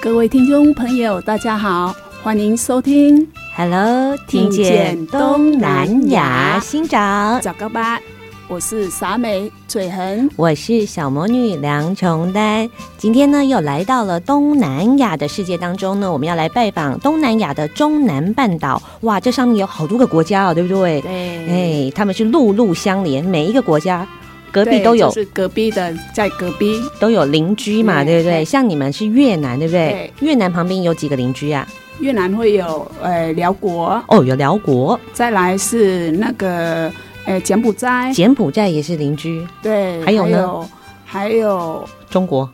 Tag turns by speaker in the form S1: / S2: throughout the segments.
S1: 各位听众朋友，大家好，欢迎收听
S2: Hello，听
S1: 听
S2: 见
S1: 见
S2: 东
S1: 东
S2: 南
S1: 南
S2: 亚
S1: 亚
S2: 新长，
S1: 早高吧，我是傻美嘴痕。
S2: 我是小魔女梁琼丹。今天呢，又来到了东南亚的世界当中呢，我们要来拜访东南亚的中南半岛。哇，这上面有好多个国家哦，对不对？
S1: 对，
S2: 哎，他们是陆路相连，每一个国家隔壁都有、
S1: 就是隔壁的，在隔壁。
S2: 都有邻居嘛，
S1: 对
S2: 对不对？
S1: 对
S2: 像你们是越南，对不对？越南旁边有几个邻居啊？
S1: 越南会有呃辽国，
S2: 哦，有辽国、
S1: 再来是那个呃柬埔寨，
S2: 柬埔寨也是邻居，
S1: 对，
S2: 还有呢
S1: 还有
S2: 中 国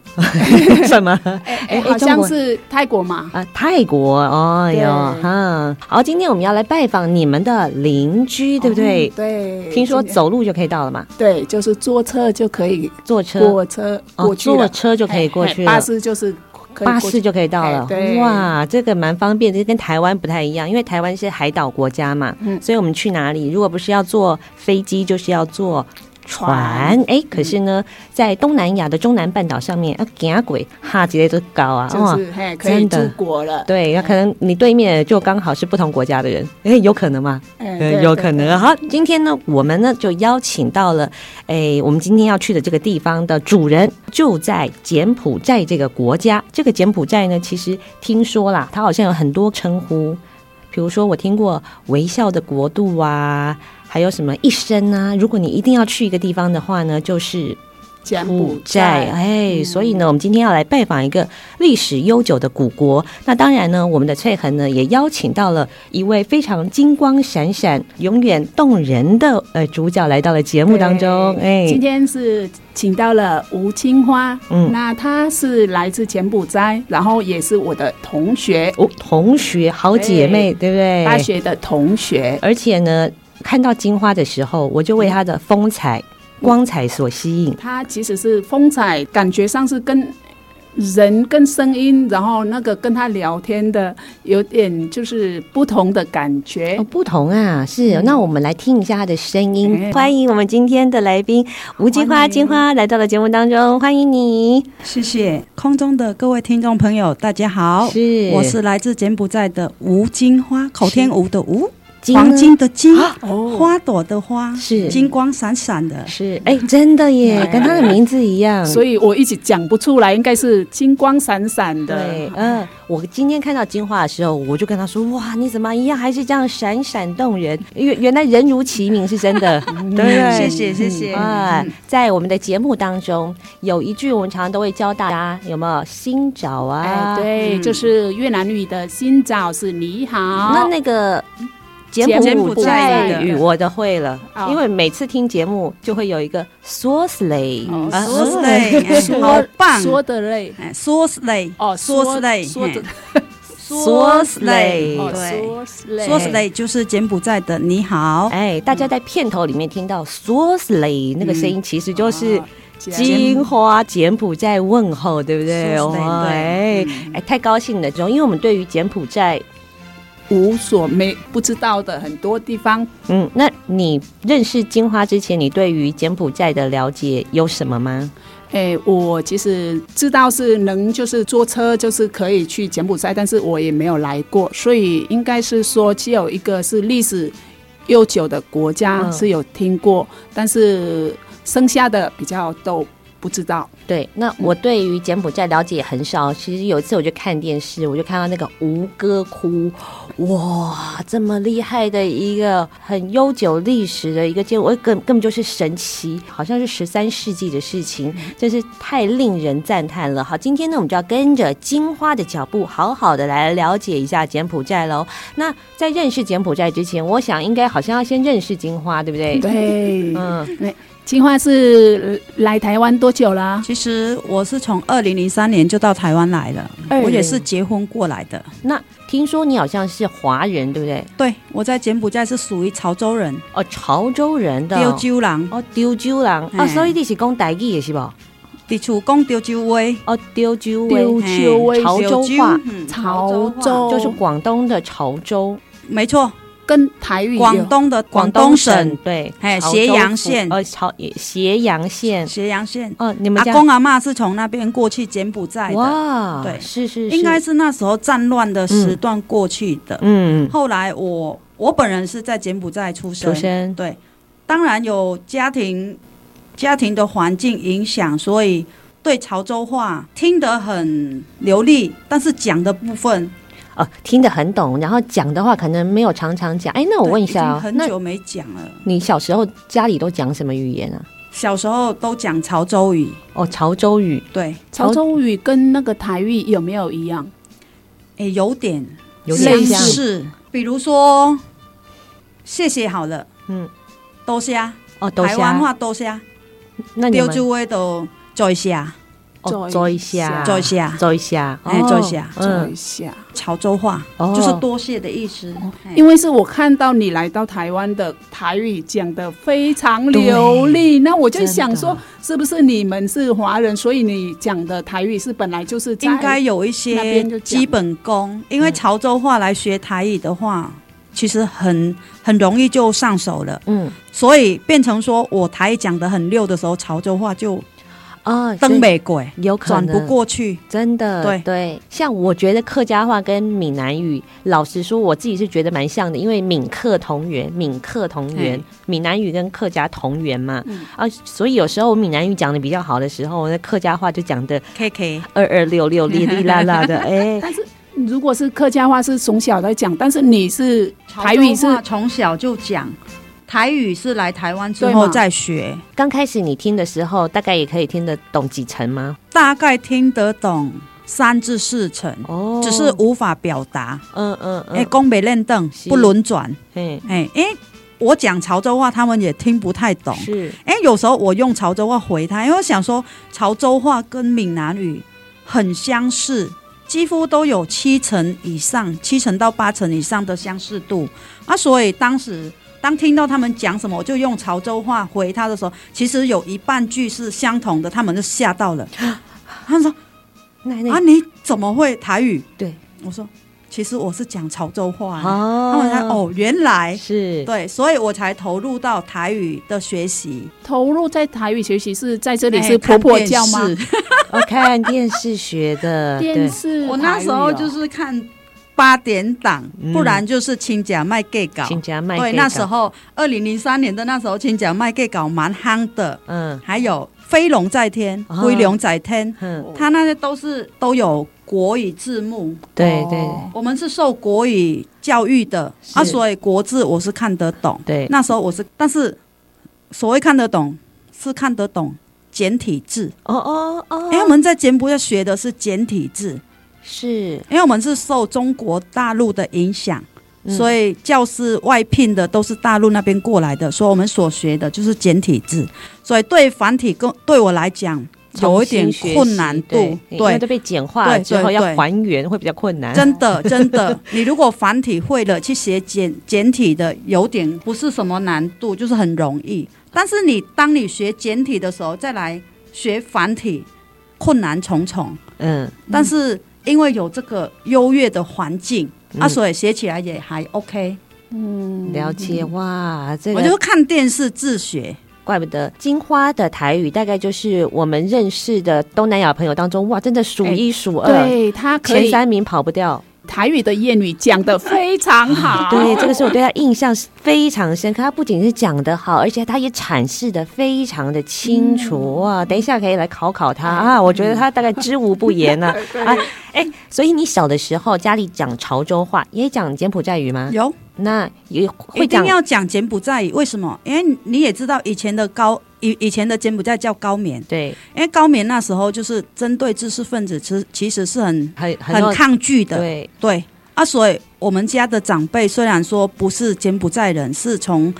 S2: 算吗？
S1: 哎，好
S2: 中
S1: 像
S2: 国
S1: 是泰国嘛，
S2: 啊，泰国，哎呦
S1: 对
S2: 哈，好，今天我们要来拜访你们的邻居，对不对
S1: 哦？对，
S2: 听说
S1: 今天
S2: 走路就可以到了嘛，
S1: 对，就是坐车就可以
S2: 坐车
S1: 过车
S2: 哦
S1: 过去了
S2: 坐车就可以过去
S1: 嘿嘿
S2: 了
S1: 巴士就是可以
S2: 巴
S1: 过去
S2: 士就可以到了
S1: 哎，对
S2: 哇，这个蛮方便，这跟台湾不太一样，因为台湾是海岛国家嘛，
S1: 嗯
S2: 所以我们去哪里，如果不是要坐飞机，就是要坐。船
S1: 船
S2: 哎，可是呢，在东南亚的中南半岛上面，啊，行鬼哈之类都高啊，哇
S1: 就是嘿可以
S2: 真的
S1: 出国了，
S2: 对，那可
S1: 嗯
S2: 能你对面就刚好是不同国家的人， 哎，有可能吗？
S1: 哎
S2: 嗯，
S1: 对
S2: 有
S1: 对
S2: 可能
S1: 对
S2: 啊。好，今天呢，我们呢就邀请到了，哎，我们今天要去的这个地方的主人就在柬埔寨这个国家。这个柬埔寨呢，其实听说啦，它好像有很多称呼，比如说我听过微笑的国度啊，还有什么一生啊。如果你一定要去一个地方的话呢，就是
S1: 柬
S2: 柬
S1: 埔
S2: 埔寨，
S1: 寨，
S2: 哎，
S1: 嗯
S2: 所以呢，我们今天要来拜访一个历史悠久的古国。那当然呢，我们的翠恒呢也邀请到了一位非常金光闪闪、永远动人的呃主角来到了节目当中，哎，
S1: 今天是请到了吴青花，
S2: 嗯
S1: 那她是来自柬埔寨，然后也是我的同学，
S2: 哦，同学、好姐妹，对不对？
S1: 大学的同学，
S2: 而且呢，看到金花的时候，我就为她的风采、光彩所吸引。
S1: 她其实是风采，感觉上是跟。人跟声音，然后那个跟她聊天的有点就是不同的感觉
S2: 哦，。不同啊，是、那我们来听一下他的声音。
S1: 哎
S2: 欢迎我们今天的来宾吴金花，
S3: 欢迎
S2: 金花来到了节目当中，欢迎你。
S3: 谢谢空中的各位听众朋友，大家好，
S2: 是
S3: 我是来自柬埔寨的吴金花，口天吴的吴，
S2: 金呢
S3: 黄金的金，
S1: 哦
S3: 花朵的花，
S2: 是
S3: 金光闪闪的。
S2: 是哎，真的耶，
S1: 哎
S2: 跟他的名字一样。
S1: 所以我一直讲不出来，应该是金光闪闪
S2: 对
S1: 的，。
S2: 嗯、我今天看到金花的时候，我就跟他说：“哇，你怎么一样还是这样闪闪动人？原原来人如其名是真 的，对不对？
S3: 嗯谢谢谢谢
S2: 啊，在我们的节目当中，有一句我们常常都会教大家，有没有新找啊？
S1: 哎，。对，就是越南语的“新早”是你好。
S2: 那那个柬
S1: 柬
S2: 埔
S1: 埔
S2: 寨
S1: 寨的
S2: 语我的会了，
S1: 哦
S2: 因为每次听节目就会有一个 source 类
S1: 哦
S2: 啊
S3: 说
S1: ，source
S3: 累， 哎好棒！
S1: 说的累
S3: 哎说累，
S1: 哦，
S3: 说累，
S1: 说的
S3: 说累，
S1: 哦，
S3: 对，
S1: 说累，
S3: 说累就是柬埔寨的你
S4: 哦
S3: 好，
S2: 哎，大家在片头里面听到 source 类那个声音，其实就是
S1: 哦
S2: 金花柬埔寨问候，对不对？
S3: Source 类
S2: 哇
S3: 对嗯
S2: 哎哎，太高兴了，因为我们对于柬埔寨，
S1: 无所没不知道的很多地方。
S2: 嗯，那你认识金花之前，你对于柬埔寨的了解有什么吗？
S1: 哎，我其实知道是能就是坐车就是可以去柬埔寨，但是我也没有来过，所以应该是说只有一个是历史悠久的国家
S2: 嗯
S1: 是有听过，但是剩下的比较都不知道。
S2: 对，那我对于柬埔寨了解也很少。其实有一次我就看电视，我就看到那个吴哥窟，哇，这么厉害的一个很悠久历史的一个建筑，我根根本就是神奇，好像是十三世纪的事情，真是太令人赞叹了。好，今天呢，我们就要跟着金花的脚步，好好的来了解一下柬埔寨喽。那在认识柬埔寨之前，我想应该好像要先认识金花，对不对？
S1: 对，
S2: 嗯，
S1: 金花是来台湾多久啦？
S4: 其实我是从二零零三年就到台湾来了，
S2: 20
S4: 我也是结婚过来的。
S2: 那听说你好像是华人，对不对？
S4: 对，我在柬埔寨是属于潮州人，
S2: 哦，潮州人的
S4: 丢州人，
S2: 哦，潮州人哦，
S4: 嘿
S2: 所以你是讲台语的是不？
S4: 地处讲丢州话，
S2: 哦，潮州
S1: 丢
S2: 话，
S1: 秋威
S2: 潮州话，
S4: 嗯
S1: 潮
S4: 哦
S1: 州
S2: 就是广东的潮州，
S4: 没错，
S1: 跟台语有
S4: 广东的广
S2: 东
S4: 东省
S2: 对，
S4: 嘿
S2: 潮州
S4: 斜阳
S2: 府
S4: 县
S2: 哦，潮斜阳县，
S4: 斜阳县，
S2: 哦，你们
S4: 阿
S2: 家
S4: 公阿妈是从那边过去柬埔寨的，
S2: 哇，
S4: 对
S2: 是是，
S4: 应该是那时候战乱的时段过去的。
S2: 嗯，
S4: 后来我我本人是在柬埔寨出生
S2: 出，生
S4: 对，当然有家庭家庭的环境影响，所以对潮州话听得很流利，但是讲的部分
S2: 哦，听得很懂，然后讲的话可能没有常常讲。哎，那我
S4: 对
S2: 问一
S4: 已
S2: 下
S4: 经
S2: 哦，那
S4: 很久没讲了，
S2: 你小时候家里都讲什么语言啊？
S4: 小时候都讲潮州语，
S2: 哦，潮州语
S4: 对，
S1: 潮州语跟那个台语有没有一样？
S4: 诶，有点
S2: 有点
S1: 类
S2: 像，
S4: 是，比如说谢谢好了，
S2: 嗯，
S4: 多谢啊，
S2: 哦，都
S4: 台湾
S2: 虾，
S4: 话多谢啊，
S2: 那你
S4: 丢
S2: 们
S4: 猪位都再下，
S2: 哦，
S1: 做
S2: 做
S1: 一
S2: 一下，
S1: 下
S4: 再下，
S2: 做一下，
S4: 哎
S2: 哦
S4: 做一下
S1: 做
S2: 嗯
S1: 一，下，
S4: 潮州话
S2: 哦
S4: 就是多谢的意思，嘿
S1: 因为是我看到你来到台湾的台语讲的非常流利，那我就想说
S2: 真的，
S1: 是不是你们是华人，所以你讲的台语是本来就是在
S4: 应该有一
S1: 那
S4: 些
S1: 边就讲
S4: 基本功，因为潮州话来学台语的话，其实很很容易就上手了，
S2: 嗯
S4: 所以变成说我台语讲得很溜的时候，潮州话就
S2: 啊，
S4: 登北
S2: 北
S4: 鬼
S2: 有可
S4: 转
S2: 能
S4: 不，过去，
S2: 真的
S4: 对
S2: 对。像我觉得客家话跟闽南语，老实说，我自己是觉得蛮像的，因为闽客同源，闽客同源
S4: 嘿，
S2: 闽南语跟客家同源嘛，
S4: 嗯
S2: 啊，所以有时候我闽南语讲的比较好的时候，那客家话就讲的
S4: K K
S2: 二二六六哩哩啦 啦的，哎，
S1: 如果是客家话是从小在讲，但是你是台语是
S4: 从小就讲，台语是来台湾之
S1: 对
S4: 后
S1: 嘛
S4: 再学，
S2: 刚开始你听的时候，大概也可以听得懂几成吗？
S4: 大概听得懂三至四成，
S2: 哦，
S4: 只是无法表达，
S2: 嗯嗯
S4: 哎，
S2: 嗯，
S4: 公北练凳
S2: 是
S4: 不轮转，
S2: 嘿，
S4: 哎哎，诶我讲潮州话，他们也听不太懂。
S2: 是
S4: 哎，有时候我用潮州话回他，因为我想说潮州话跟闽南语很相似，几乎都有七成以上，七成到八成以上的相似度啊。所以当时当听到他们讲什么，我就用潮州话回他的时候，其实有一半句是相同的，他们就吓到了。
S2: 啊
S4: 他们说
S2: 奶：“奶
S4: 啊，你怎么会台语？”
S2: 对，
S4: 我说：“其实我是讲潮州话、啊。
S2: 哦
S4: 他们才哦，原来
S2: 是
S4: 对，所以我才投入到台语的学习。
S1: 投入在台语学习，是在这里
S4: 哎
S1: 是婆婆教吗
S4: 看？电视
S2: 我哦看电视学 的，
S1: 电
S2: 对，
S1: 视台语哦，
S4: 我那时候就是看八点档，
S2: 嗯
S4: 不然就是亲家卖 gay 搞。
S2: 请家卖
S4: 对，
S2: 给
S4: 那
S2: 搞
S4: 时，候二零零三年的那时候，亲家卖 gay 搞蛮夯的，
S2: 嗯
S4: 还有飞龙在天、
S2: 哦
S4: 飞龙在天，
S2: 哼，
S4: 它那些都是都有国语字幕。
S2: 对对
S4: 我们是受国语教育的
S2: 是
S4: 啊，所以国字我是看得懂。
S2: 对，
S4: 那时候我是，但是所谓看得懂是看得懂简体字，哎
S2: 哦哦哦，
S4: 因为我们在柬埔寨学的是简体字。
S2: 是，
S4: 因为我们是受中国大陆的影响，
S2: 嗯
S4: 所以教师外聘的都是大陆那边过来的，所以我们所学的就是简体字，所以对繁体跟对我来讲有一点
S2: 重新学习
S4: 困难度，
S2: 对，因为
S4: 对。
S2: 都被简化了
S4: 对
S2: 之后
S4: 对
S2: 要
S4: 对
S2: 还原会比较困难，
S4: 真的，真的，你如果繁体会了，去写简简体的，有点不是什么难度，就是很容易。但是你当你学简体的时候，再来学繁体，困难重重。
S2: 嗯，
S4: 但是因为有这个优越的环境、
S2: 嗯
S4: 啊，所以写起来也还 OK。
S1: 嗯
S2: 了解哇，这
S4: 我就
S2: 个
S4: 是看电视自学，
S2: 怪不得金花的台语大概就是我们
S4: 哎
S2: 认识的东南亚朋友当中，哇，真的数一数二，
S1: 对他可
S2: 前
S1: 以，
S2: 三名跑不掉，
S1: 台语的谚语讲得非常
S4: 啊
S1: 好。
S2: 对，这个是我对他印象非常深刻。他不仅是讲得好，而且他也阐释得非常的清
S4: 嗯
S2: 楚啊！哇等一下可以来考考他啊！我觉得他大概知无不言 呢、啊。啊，哎，所以你小的时候家里讲潮州话，也讲柬埔寨语吗？
S4: 有
S2: 那也啊会
S4: 一定
S2: 讲
S4: 要讲柬埔寨语，为什么？因为你也知道以前的高以以前的柬埔寨叫高棉，
S2: 对，
S4: 因为高棉那时候就是针对知识分子，其实其实是很
S2: 很很
S4: 很
S2: 多
S4: 抗拒的，
S2: 对
S4: 对啊，所以我们家的长辈虽然说不是柬埔寨人，是从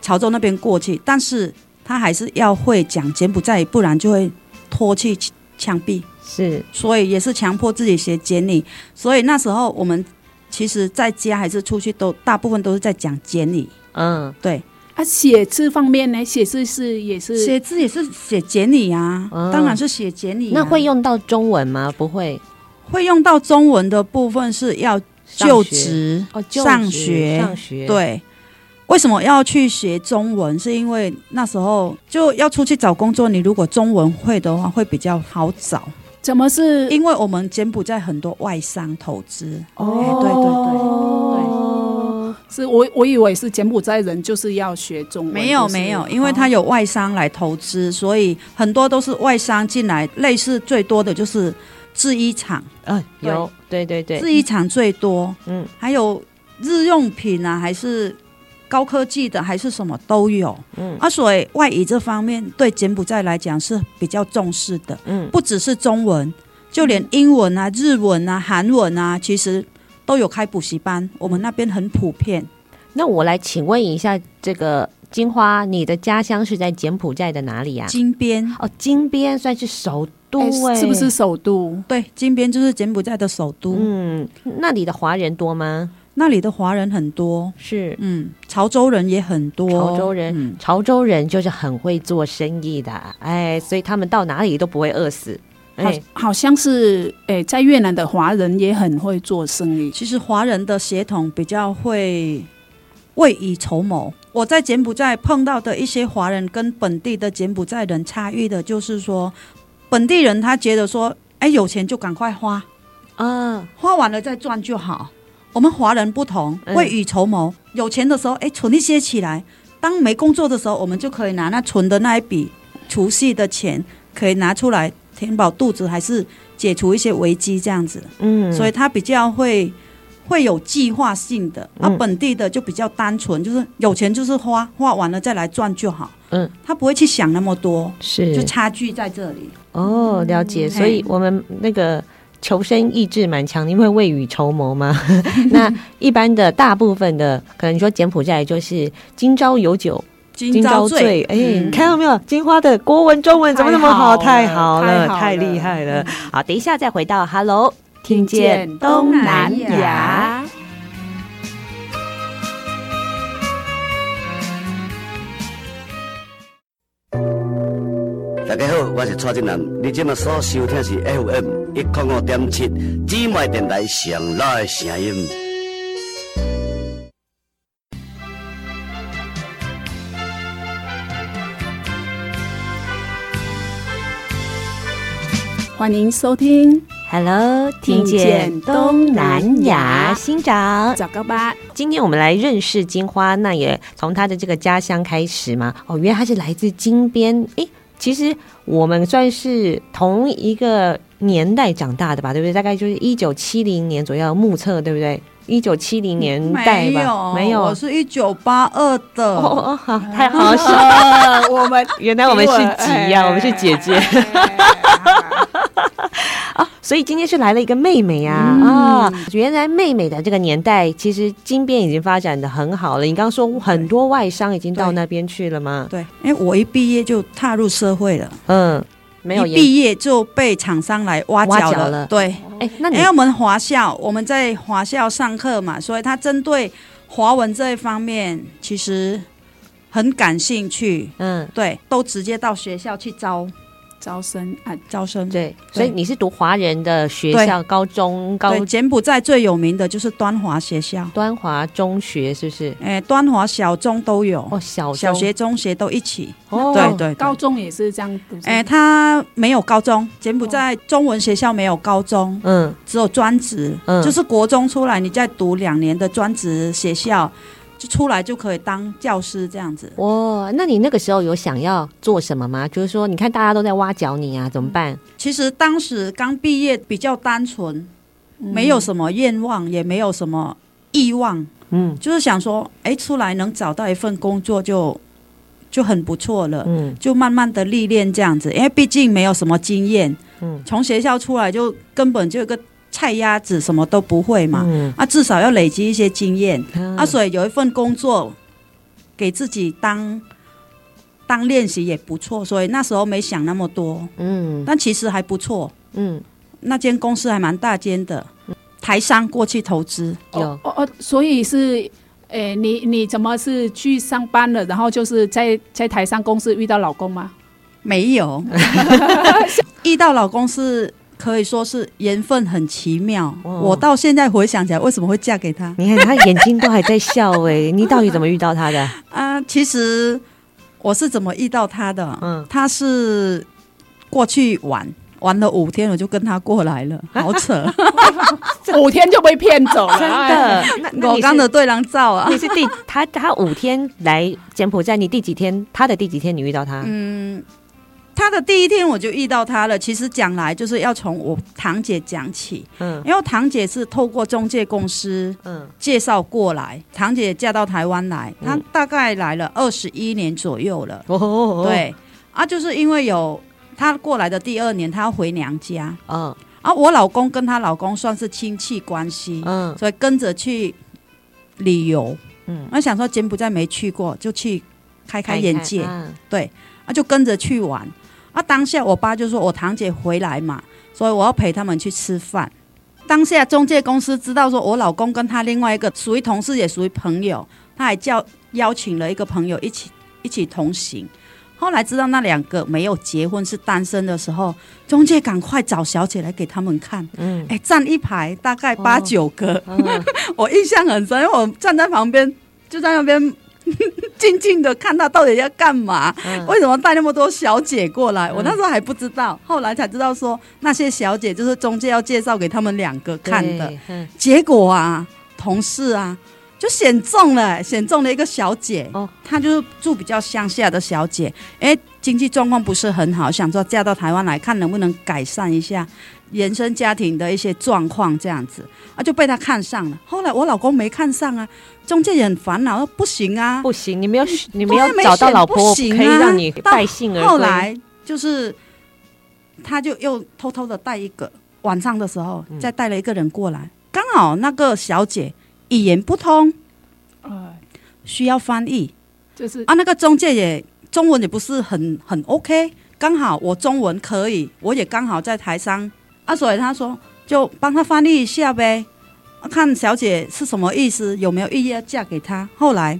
S4: 潮州那边过去，但是他还是要会讲柬埔寨语，不然就会拖去枪毙。
S2: 是
S4: 所以也是强迫自己学简语。所以那时候我们其实在家还是出去都大部分都是在讲简语，
S2: 嗯
S4: 对，
S1: 啊，写字方面呢，写字是也是
S4: 写字也是写简语啊，
S2: 嗯
S4: 当然是写简语啊、
S2: 那会用到中文吗？不会
S4: 会用到中文的部分是要
S2: 上
S4: 就
S2: 学
S4: 职，
S2: 哦，就
S4: 上
S2: 职
S4: 学
S2: 上学，
S4: 对。为什么要去学中文？是因为那时候就要出去找工作，你如果中文会的话，会比较好找。
S1: 怎么是
S4: 因为我们柬埔寨很多外商投资，哎对对对，
S2: 哦，
S1: 是我我以为是柬埔寨人就是要学中文，
S4: 没有
S1: 就是
S4: 没有，因
S2: 哦
S4: 为它有外商来投资，所以很多都是外商进来，类似最多的就是制衣厂，
S2: 嗯，有，对对对，
S4: 制衣厂最多，
S2: 嗯，
S4: 还有日用品啊，还是高科技的，还是什么都有，
S2: 嗯
S4: 啊，所以外语这方面对柬埔寨来讲是比较重视的，
S2: 嗯，
S4: 不只是中文，就连英文啊、日文啊、韩文啊，其实都有开补习班，我们那边很普遍。
S2: 那我来请问一下，这个金花，你的家乡是在柬埔寨的哪里呀、
S4: 金边，
S2: 哦，金边算是首都
S1: 哎
S2: 哎、
S1: 是不是？首都？
S4: 对，金边就是柬埔寨的首都，
S2: 嗯，那里的华人多吗？
S4: 那里的华人很多，
S2: 是
S4: 嗯，潮州人也很多，
S2: 潮州人，
S4: 嗯，
S2: 潮州人就是很会做生意的，哎，所以他们到哪里都不会饿死。
S1: 好
S2: 哎，，
S1: 好像是哎，在越南的华人也很会做生意，
S4: 其实华人的血统比较会未雨绸缪。我在柬埔寨碰到的一些华人跟本地的柬埔寨人差异的，就是说，本地人他觉得说，哎，有钱就赶快花，
S2: 啊，
S4: 花完了再赚就好。我们华人不同，
S2: 嗯
S4: 未雨绸缪，有钱的时候，哎，存一些起来。当没工作的时候，我们就可以拿那存的那一笔储蓄的钱，可以拿出来填饱肚子，还是解除一些危机这样子。
S2: 嗯，
S4: 所以他比较会会有计划性的，啊
S2: 嗯，
S4: 本地的就比较单纯，就是有钱就是花，花完了再来赚就好。
S2: 嗯，
S4: 他不会去想那么多，就是差距在这里。
S2: 哦，了解。所以我们那个求生意志蛮强，因为未雨绸缪嘛。那一般的大部分的，可能你说柬埔寨就是今朝有酒今朝醉，哎，
S4: 嗯
S2: 你看到没有？金花的国文、中文怎么那么好？太
S1: 太
S2: 好
S1: 好
S2: 了，
S1: 了
S2: 太
S1: 太
S2: 厉
S1: 厉
S2: 害
S1: 害
S2: 了！好，等一下再回到 Hello，听见
S1: 见
S2: 东
S1: 东
S2: 南
S1: 南
S2: 亚
S1: 亚。
S5: 大家好，我是蔡振南。你今麦所收听是 FM 一零五点七姊妹电台上老的声音。
S1: 欢迎收听
S2: Hello，听
S1: 听
S2: 见
S1: 见
S2: 东
S1: 东
S2: 南
S1: 南
S2: 亚，
S1: 亚
S2: 新长。
S1: 早高吧，
S2: 今天我们来认识金花，那也从她的这个家乡开始嘛。哦，原来她是来自金边。诶，其实我们算是同一个年代长大的吧，对不对？大概就是一九七零年左右目测，对不对？一九七零年代
S4: 没
S2: 吧，
S4: 有，
S2: 没有。啊
S4: 我是一九八二的。
S2: 哦哦，好，太好了！哦我们 原来我们是姐呀、我们是姐 姐啊，所以今天是来了一个妹妹呀啊、原来妹妹的这个年代，其实金边已经发展的很好了。你刚刚说很多外商已经到那边去了吗？
S4: 对，因为我一毕业就踏入社会了，
S2: 嗯，没有
S4: 一
S2: 研
S4: 毕业就被厂商来挖
S2: 挖
S4: 角
S2: 角
S4: 了。
S2: 了
S4: 对，
S2: 哎、那你
S4: 因为我们华校，我们在华校上课嘛，所以他针对华文这一方面其实很感兴趣，
S2: 嗯
S4: 哎对，都直接到学校去招
S1: 招生啊，
S4: 招生。
S2: 对，所以你是读华人的学校，高中高
S4: 对，柬埔寨最有名的就是端华学校，
S2: 端华中学是不是？
S4: 哎，端华小中都有，
S2: 哦，小
S4: 小
S2: 中
S4: 学、中学都一起。
S2: 哦，
S4: 对对，
S1: 高
S4: 高
S1: 中也是这样读是吗。
S4: 哎，他没有高中，柬埔寨中文学校没有高中，
S2: 嗯
S4: 只有专职，
S2: 嗯
S4: 就是国中出来，你再读两年的专职学校，就出来就可以当教师这样子。
S2: 哇、那你那个时候有想要做什么吗？就是说，你看大家都在挖角你啊，怎么办？
S4: 其实当时刚毕业比较单纯，没有什么愿望，也没有什么欲望，
S2: 嗯
S4: 就是想说，哎，出来能找到一份工作就就很不错了。
S2: 嗯
S4: 就慢慢的历练这样子，因为毕竟没有什么经验，
S2: 嗯
S4: 从学校出来就根本就有个菜鸭子，什么都不会嘛，
S2: 嗯
S4: 啊，至少要累积一些经验，啊，
S2: 啊
S4: 所以有一份工作给自己当当练习也不错，所以那时候没想那么多，
S2: 嗯
S4: 但其实还不错，
S2: 嗯，
S4: 那间公司还蛮大间的，台商过去投资，
S2: 嗯有、
S1: 哦哦哦，所以是，诶，你你怎么是去上班了，然后就是在在台上公司遇到老公 吗？
S4: 没 有，遇到老公是可以说是缘分很奇妙。
S2: 哦
S4: 我到现在回想起来，为什么会嫁给他
S2: 你看他眼睛都还在笑哎、你到底怎么遇 到他的？
S4: 啊、其实我是怎么遇到他的？
S2: 嗯
S4: 他是过去玩玩了五天，我就跟他过来了，好扯！
S1: 五天就被骗走了，
S2: 真
S1: 哎。
S2: 的？ 那那
S4: 我
S2: 你
S4: 刚的
S2: 是
S4: 对狼照啊
S2: 你。是第他他五天来柬埔寨，你第几天？他的第几天你遇到他？
S4: 嗯，他的第一天我就遇到他了。其实讲来就是要从我堂姐讲起，
S2: 嗯
S4: 因为我堂姐是透过中介公司
S2: 嗯
S4: 介绍过来，堂姐嫁到台湾来，她
S2: 嗯
S4: 大概来了二十一年左右了。
S2: 哦哦，哦，
S4: 对，啊，就是因为有她过来的第二年，她要回娘家
S2: 嗯
S4: 啊，我老公跟她老公算是亲戚关系，
S2: 嗯
S4: 所以跟着去旅游。
S2: 嗯，
S4: 我想说柬埔寨没去过，就去开开
S2: 看一
S4: 眼
S2: 看
S4: 界
S2: 嗯
S4: 啊，就跟着去玩。啊，当下我爸就说我堂姐回来嘛，所以我要陪他们去吃饭。当下中介公司知道说我老公跟他另外一个属于同事也属于朋友，他还叫邀请了一个朋友一起一起同行。后来知道那两个没有结婚是单身的时候，中介赶快找小姐来给他们看。
S2: 嗯
S4: 哎，站一排大概八
S2: 哦
S4: 九个，
S2: 嗯
S4: 我印象很深，因为我站在旁边，就在那边 静静的看他到底要干嘛。
S2: 嗯
S4: 为什么带那么多小姐过来？我
S2: 嗯
S4: 那时候还不知道，后来才知道说那些小姐就是中介要介绍给他们两个看的。
S2: 对嗯
S4: 结果啊，同事啊就选中了，选中了一个小姐。
S2: 哦
S4: 哦，她就是住比较乡下的小姐，哎，经济状况不是很好，想说嫁到台湾来看能不能改善一下原生家庭的一些状况，这样子啊就被她看上了。后来我老公没看上啊，中介也很烦恼，说不行啊，
S2: 不行，你没有你没
S4: 对
S2: 有
S4: 没
S2: 找到
S4: 选
S2: 老
S4: 不
S2: 婆可以
S4: 行啊
S2: 让你
S4: 到
S2: 败兴而归。
S4: 后来就是，他就又偷偷的带一个，晚上的时候
S2: 嗯
S4: 再带了一个人过来，刚好那个小姐语言不通，
S1: 呃，
S4: 需要翻译
S1: 就是
S4: 啊。那个中介也中文也不是很很 OK，刚好我中文可以，我也刚好在台商啊，所以他说就帮他翻译一下呗，啊看小姐是什么意思，有没有意愿嫁给他。后来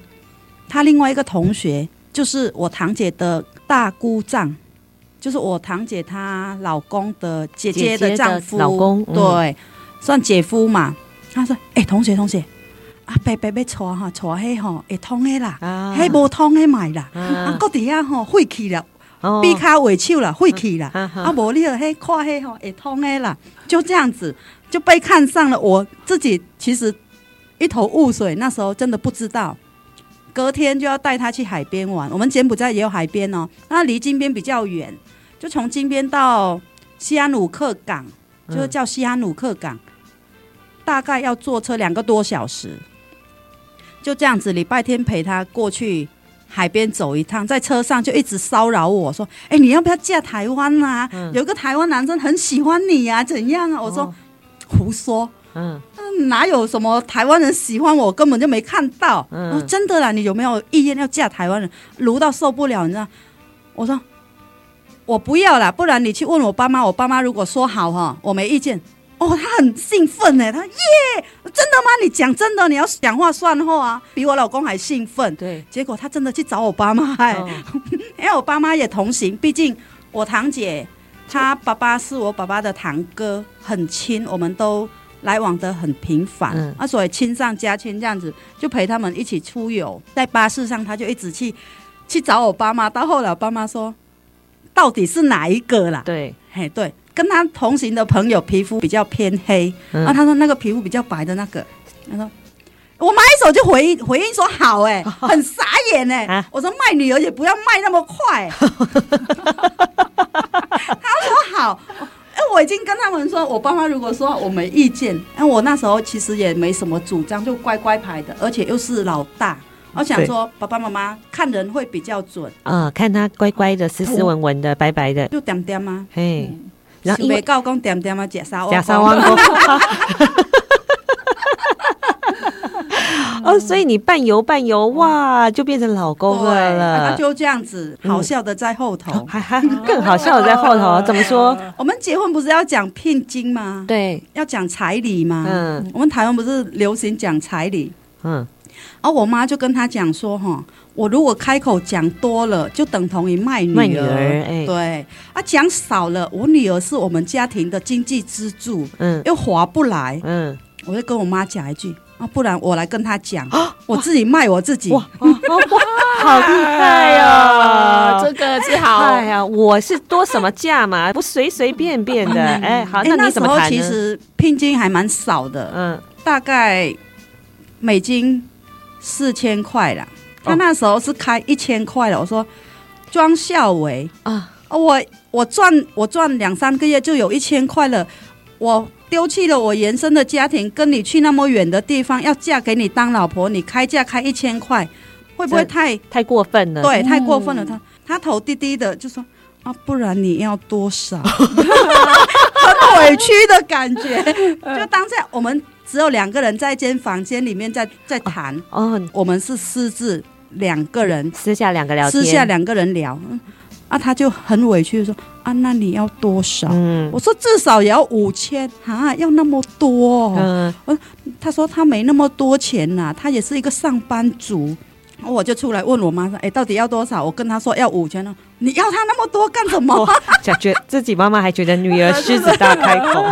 S4: 他另外一个同学就是我堂姐的大姑丈，就是我堂姐她老公的姐
S2: 姐姐
S4: 的
S2: 的
S4: 丈夫，
S2: 老公嗯
S4: 对，算姐夫嘛。他说：“哎、同学同学，啊，伯伯要娶哈，娶迄吼会通的啦，
S2: 啊
S4: 迄无、通的买啦，啊
S2: 啊，
S4: 搁底下吼废去啦，
S2: 哦
S4: 比卡尾手啦，废去啦。”
S2: 哈哈
S4: 啊，无你就迄看迄吼会通的啦，就这样子就被看上了。我自己其实一头雾水，那时候真的不知道。隔天就要带他去海边玩，我们柬埔寨也有海边哦，那离金边比较远，就从金边到西安努克港，就是叫西安努克港，大概要坐车两个多小时。就这样子，礼拜天陪他过去海边走一趟，在车上就一直骚扰我说：“哎、你要不要嫁台湾啊？有一个台湾男生很喜欢你呀、啊，怎样啊？”我说：“
S2: 嗯哦
S4: 胡说，
S2: 嗯
S4: 哪有什么台湾人喜欢我，根本就没看到。
S2: 嗯
S4: 我说真的啦，你有没有意愿要嫁台湾人？卢到受不了，你知道？我说我不要啦，不然你去问我爸妈，我爸妈如果说好哈，我没意见。哦，他很兴奋呢，他耶，真的吗？你讲真的，你要讲话算话啊，比我老公还兴奋。
S2: 对，
S4: 结果他真的去找我爸妈、哎、
S2: 哦
S4: 因为我爸妈也同行，毕竟我堂姐她爸爸是我爸爸的堂哥，很亲，我们都来往的很频繁，
S2: 嗯
S4: 啊，所以亲上加亲这样子，就陪他们一起出游，在巴士上他就一直去去找我爸妈，到后来我爸妈说，到底是哪一个啦？
S2: 对，
S4: 嘿，对，跟他同行的朋友皮肤比较偏黑，
S2: 嗯
S4: 啊，他说那个皮肤比较白的那个，他说。我买手就回应回应说好 哎、很傻眼哎、
S2: 啊
S4: 我说卖女儿也不要卖那么快、 他说好，哎、我已经跟他们说，我爸妈如果说我没意见，哎、我那时候其实也没什么主张，就乖乖牌的，而且又是老大，我想
S2: 对
S4: 说爸爸妈妈看人会比较准，
S2: 啊，看他乖乖的、斯斯文文的、白白的，
S4: 就点点啊，
S2: 嘿，然后
S4: 想
S2: 因
S4: 袂
S2: 为
S4: 到讲点点啊，食沙
S2: 假三万公。 哦，所以你半油半油，哇，就变成老公
S4: 嗯对，
S2: 了
S4: 啊
S2: 了嗯
S4: 他，就这样子，好笑的在后头。
S2: 还还更好笑的在后 头，怎么说？
S4: 我们结婚不是要讲聘金吗？，
S2: 对，
S4: 要讲彩礼吗？
S2: 嗯
S4: 我们台湾不是流行讲彩礼，
S2: 嗯，
S4: 然后我妈就跟他讲说，哈，我如果开口讲多了，就等同于卖女儿。
S2: 卖女儿，哎，
S4: 对，啊，讲少了，我女儿是我们家庭的经济支柱，
S2: 嗯
S4: 又划不来，
S2: 嗯，
S4: 我就跟我妈讲一句。啊，不然我来跟她讲，我自己卖我自己。
S2: 啊哇哇哇，好厉害
S1: 啊，这
S2: 哦！
S1: 个是好。
S2: 哎呀，我是多什么价嘛，不随随便便的。哎，好，
S4: 哎
S2: 那你
S4: 时
S2: 怎么
S4: 候
S2: 谈
S4: 其
S2: 呢？
S4: 实聘金还蛮少的，
S2: 嗯，
S4: 大概美金四千块啦。
S2: 哦
S4: 他那时候是开一千块了，我说庄孝伟
S2: 啊
S4: 哦我我赚我赚两三个月就有一千块了，我丢弃了我原生的家庭，跟你去那么远的地方，要嫁给你当老婆，你开价开一千块，会不会
S2: 这
S4: 太
S2: 太过分了。
S4: 对太过分了？他他头低低的就说啊，不然你要多少？很委屈的感觉。就当下我们只有两个人在一间房间里面在在谈，
S2: 哦，
S4: 我们是私自两个人
S2: 私下两个聊天，
S4: 私下两个人聊，嗯啊，他就很委屈的说啊，那你要多少？
S2: 嗯
S4: 我说至少也要五千啊，要那么多、哦？
S2: 嗯
S4: 他说他没那么多钱呐、他也是一个上班族。我就出来问我妈说：“哎、到底要多少？”我跟她说要五千呢。你要他那么多干什 么？
S2: 想觉自己妈妈还觉得女儿狮子大开 口，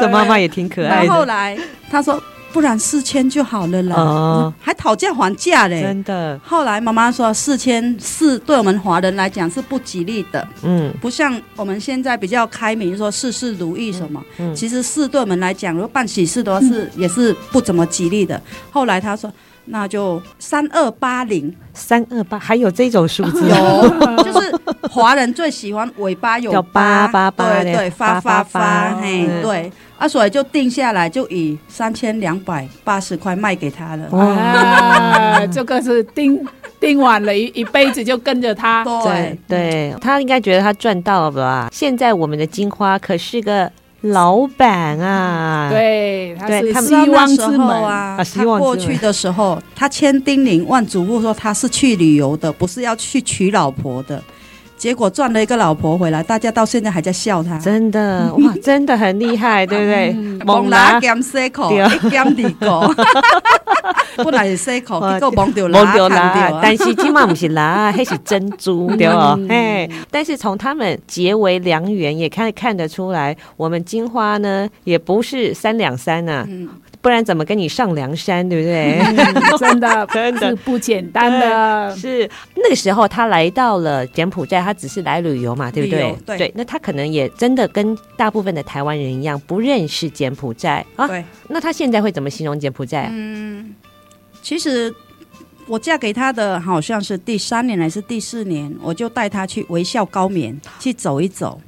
S2: 这妈妈也挺可爱
S4: 然后后
S2: 的，
S4: 来她说：“不然四千就好了啦。
S2: 哦
S4: 还讨价还价嘞。
S2: 真的，
S4: 后来妈妈说四千四对我们华人来讲是不吉利的，
S2: 嗯
S4: 不像我们现在比较开明，说事事如意什么。
S2: 嗯
S4: 其实四对我们来讲，如果办喜事的话是、也是不怎么吉利的。后来她说那就三二八零，
S2: 三二八还有这种数字， 哦
S4: 有，就是华人最喜欢尾巴有
S2: 叫
S4: 疤，
S2: 八八八
S4: 对
S2: 的
S4: 对，发
S2: 八
S4: 发
S2: 八
S4: 发，
S2: 八
S4: 嘿
S2: 嗯，
S4: 对，啊，所以就定下来，就以三千两百八十块卖给他了。
S1: 啊，这个是盯盯完了一一辈子就跟着 他。
S4: 对，
S2: 对他应该觉得他赚到了吧？现在我们的金花可是个老板啊，，
S1: 对，他
S2: 对
S1: 是
S2: 他们
S1: 希
S4: 到那
S1: 望
S4: 时
S1: 之
S4: 候
S1: 门。
S4: 啊
S2: 啊，希
S4: 他
S2: 望之
S4: 过
S2: 门
S4: 去的时候，他千叮咛万嘱咐说他是去旅游的，不是要去娶老婆的。结果赚了一个老婆回来，大家到现在还在笑他。
S2: 真的哇，真的很厉害，对不对？ 猛
S4: 蒙
S2: 拿
S4: 拉兼西口，
S2: 啊对
S4: 一兼 二个，本来是西口，结果蒙掉拉，
S2: 蒙哦掉
S4: 看到
S2: 啦
S4: 啊，
S2: 但是今晚不是啦，还是珍珠对吧？
S1: 嗯
S2: 哎，但是从他们结为良缘，也看看得出来，我们金花呢也不是三两三呐、
S4: 嗯
S2: 不然怎么跟你上梁山，对 不对？
S1: 嗯真的
S2: 真的
S1: 是不简单的。
S2: 是那个时候他来到了柬埔寨，他只是来旅游嘛，对不
S4: 旅
S2: 对
S4: 游？对
S2: 那他可能也真的跟大部分的台湾人一样，不认识柬埔寨啊。
S4: 对。嗯
S2: 那他现在会怎么形容柬埔寨啊？
S4: 其实我嫁给他的好像是第三年还是第四年，我就带他去微笑高棉去走一走。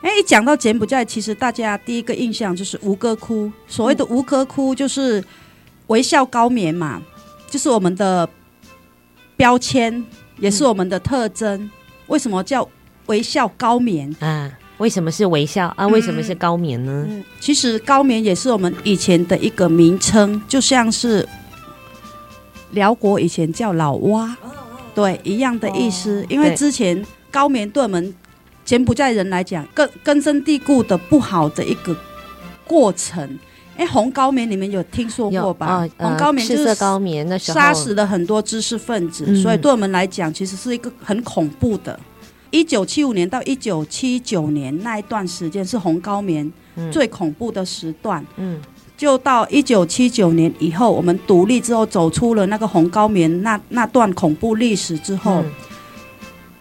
S4: 哎，一讲到柬埔寨，其实大家第一个印象就是吴哥窟。所谓的吴哥窟就是微笑高棉嘛，就是我们的标签，也是我们的特征。为什么叫微笑高棉？
S2: 啊，为什么是微笑啊？为什么是
S4: 嗯
S2: 高棉呢？
S4: 其实高棉也是我们以前的一个名称，就像是辽国以前叫老蛙，对，一样的意思。因为
S2: 哦对
S4: 之前高棉对我们柬埔寨人来讲，根根深蒂固的不好的一个过程。哎，红高棉你们有听说
S2: 有
S4: 过吧？
S2: 哦呃
S4: 红高棉就
S2: 赤
S4: 是
S2: 色高棉那时候
S4: 杀死了很多知识分子，
S2: 嗯
S4: 所以对我们来讲，其实是一个很恐怖的。一九七五年到一九七九年那一段时间是红高棉
S2: 嗯
S4: 最恐怖的时段。
S2: 嗯
S4: 就到一九七九年以后，我们独立之后，走出了那个红高棉那那段恐怖历史之后，
S2: 嗯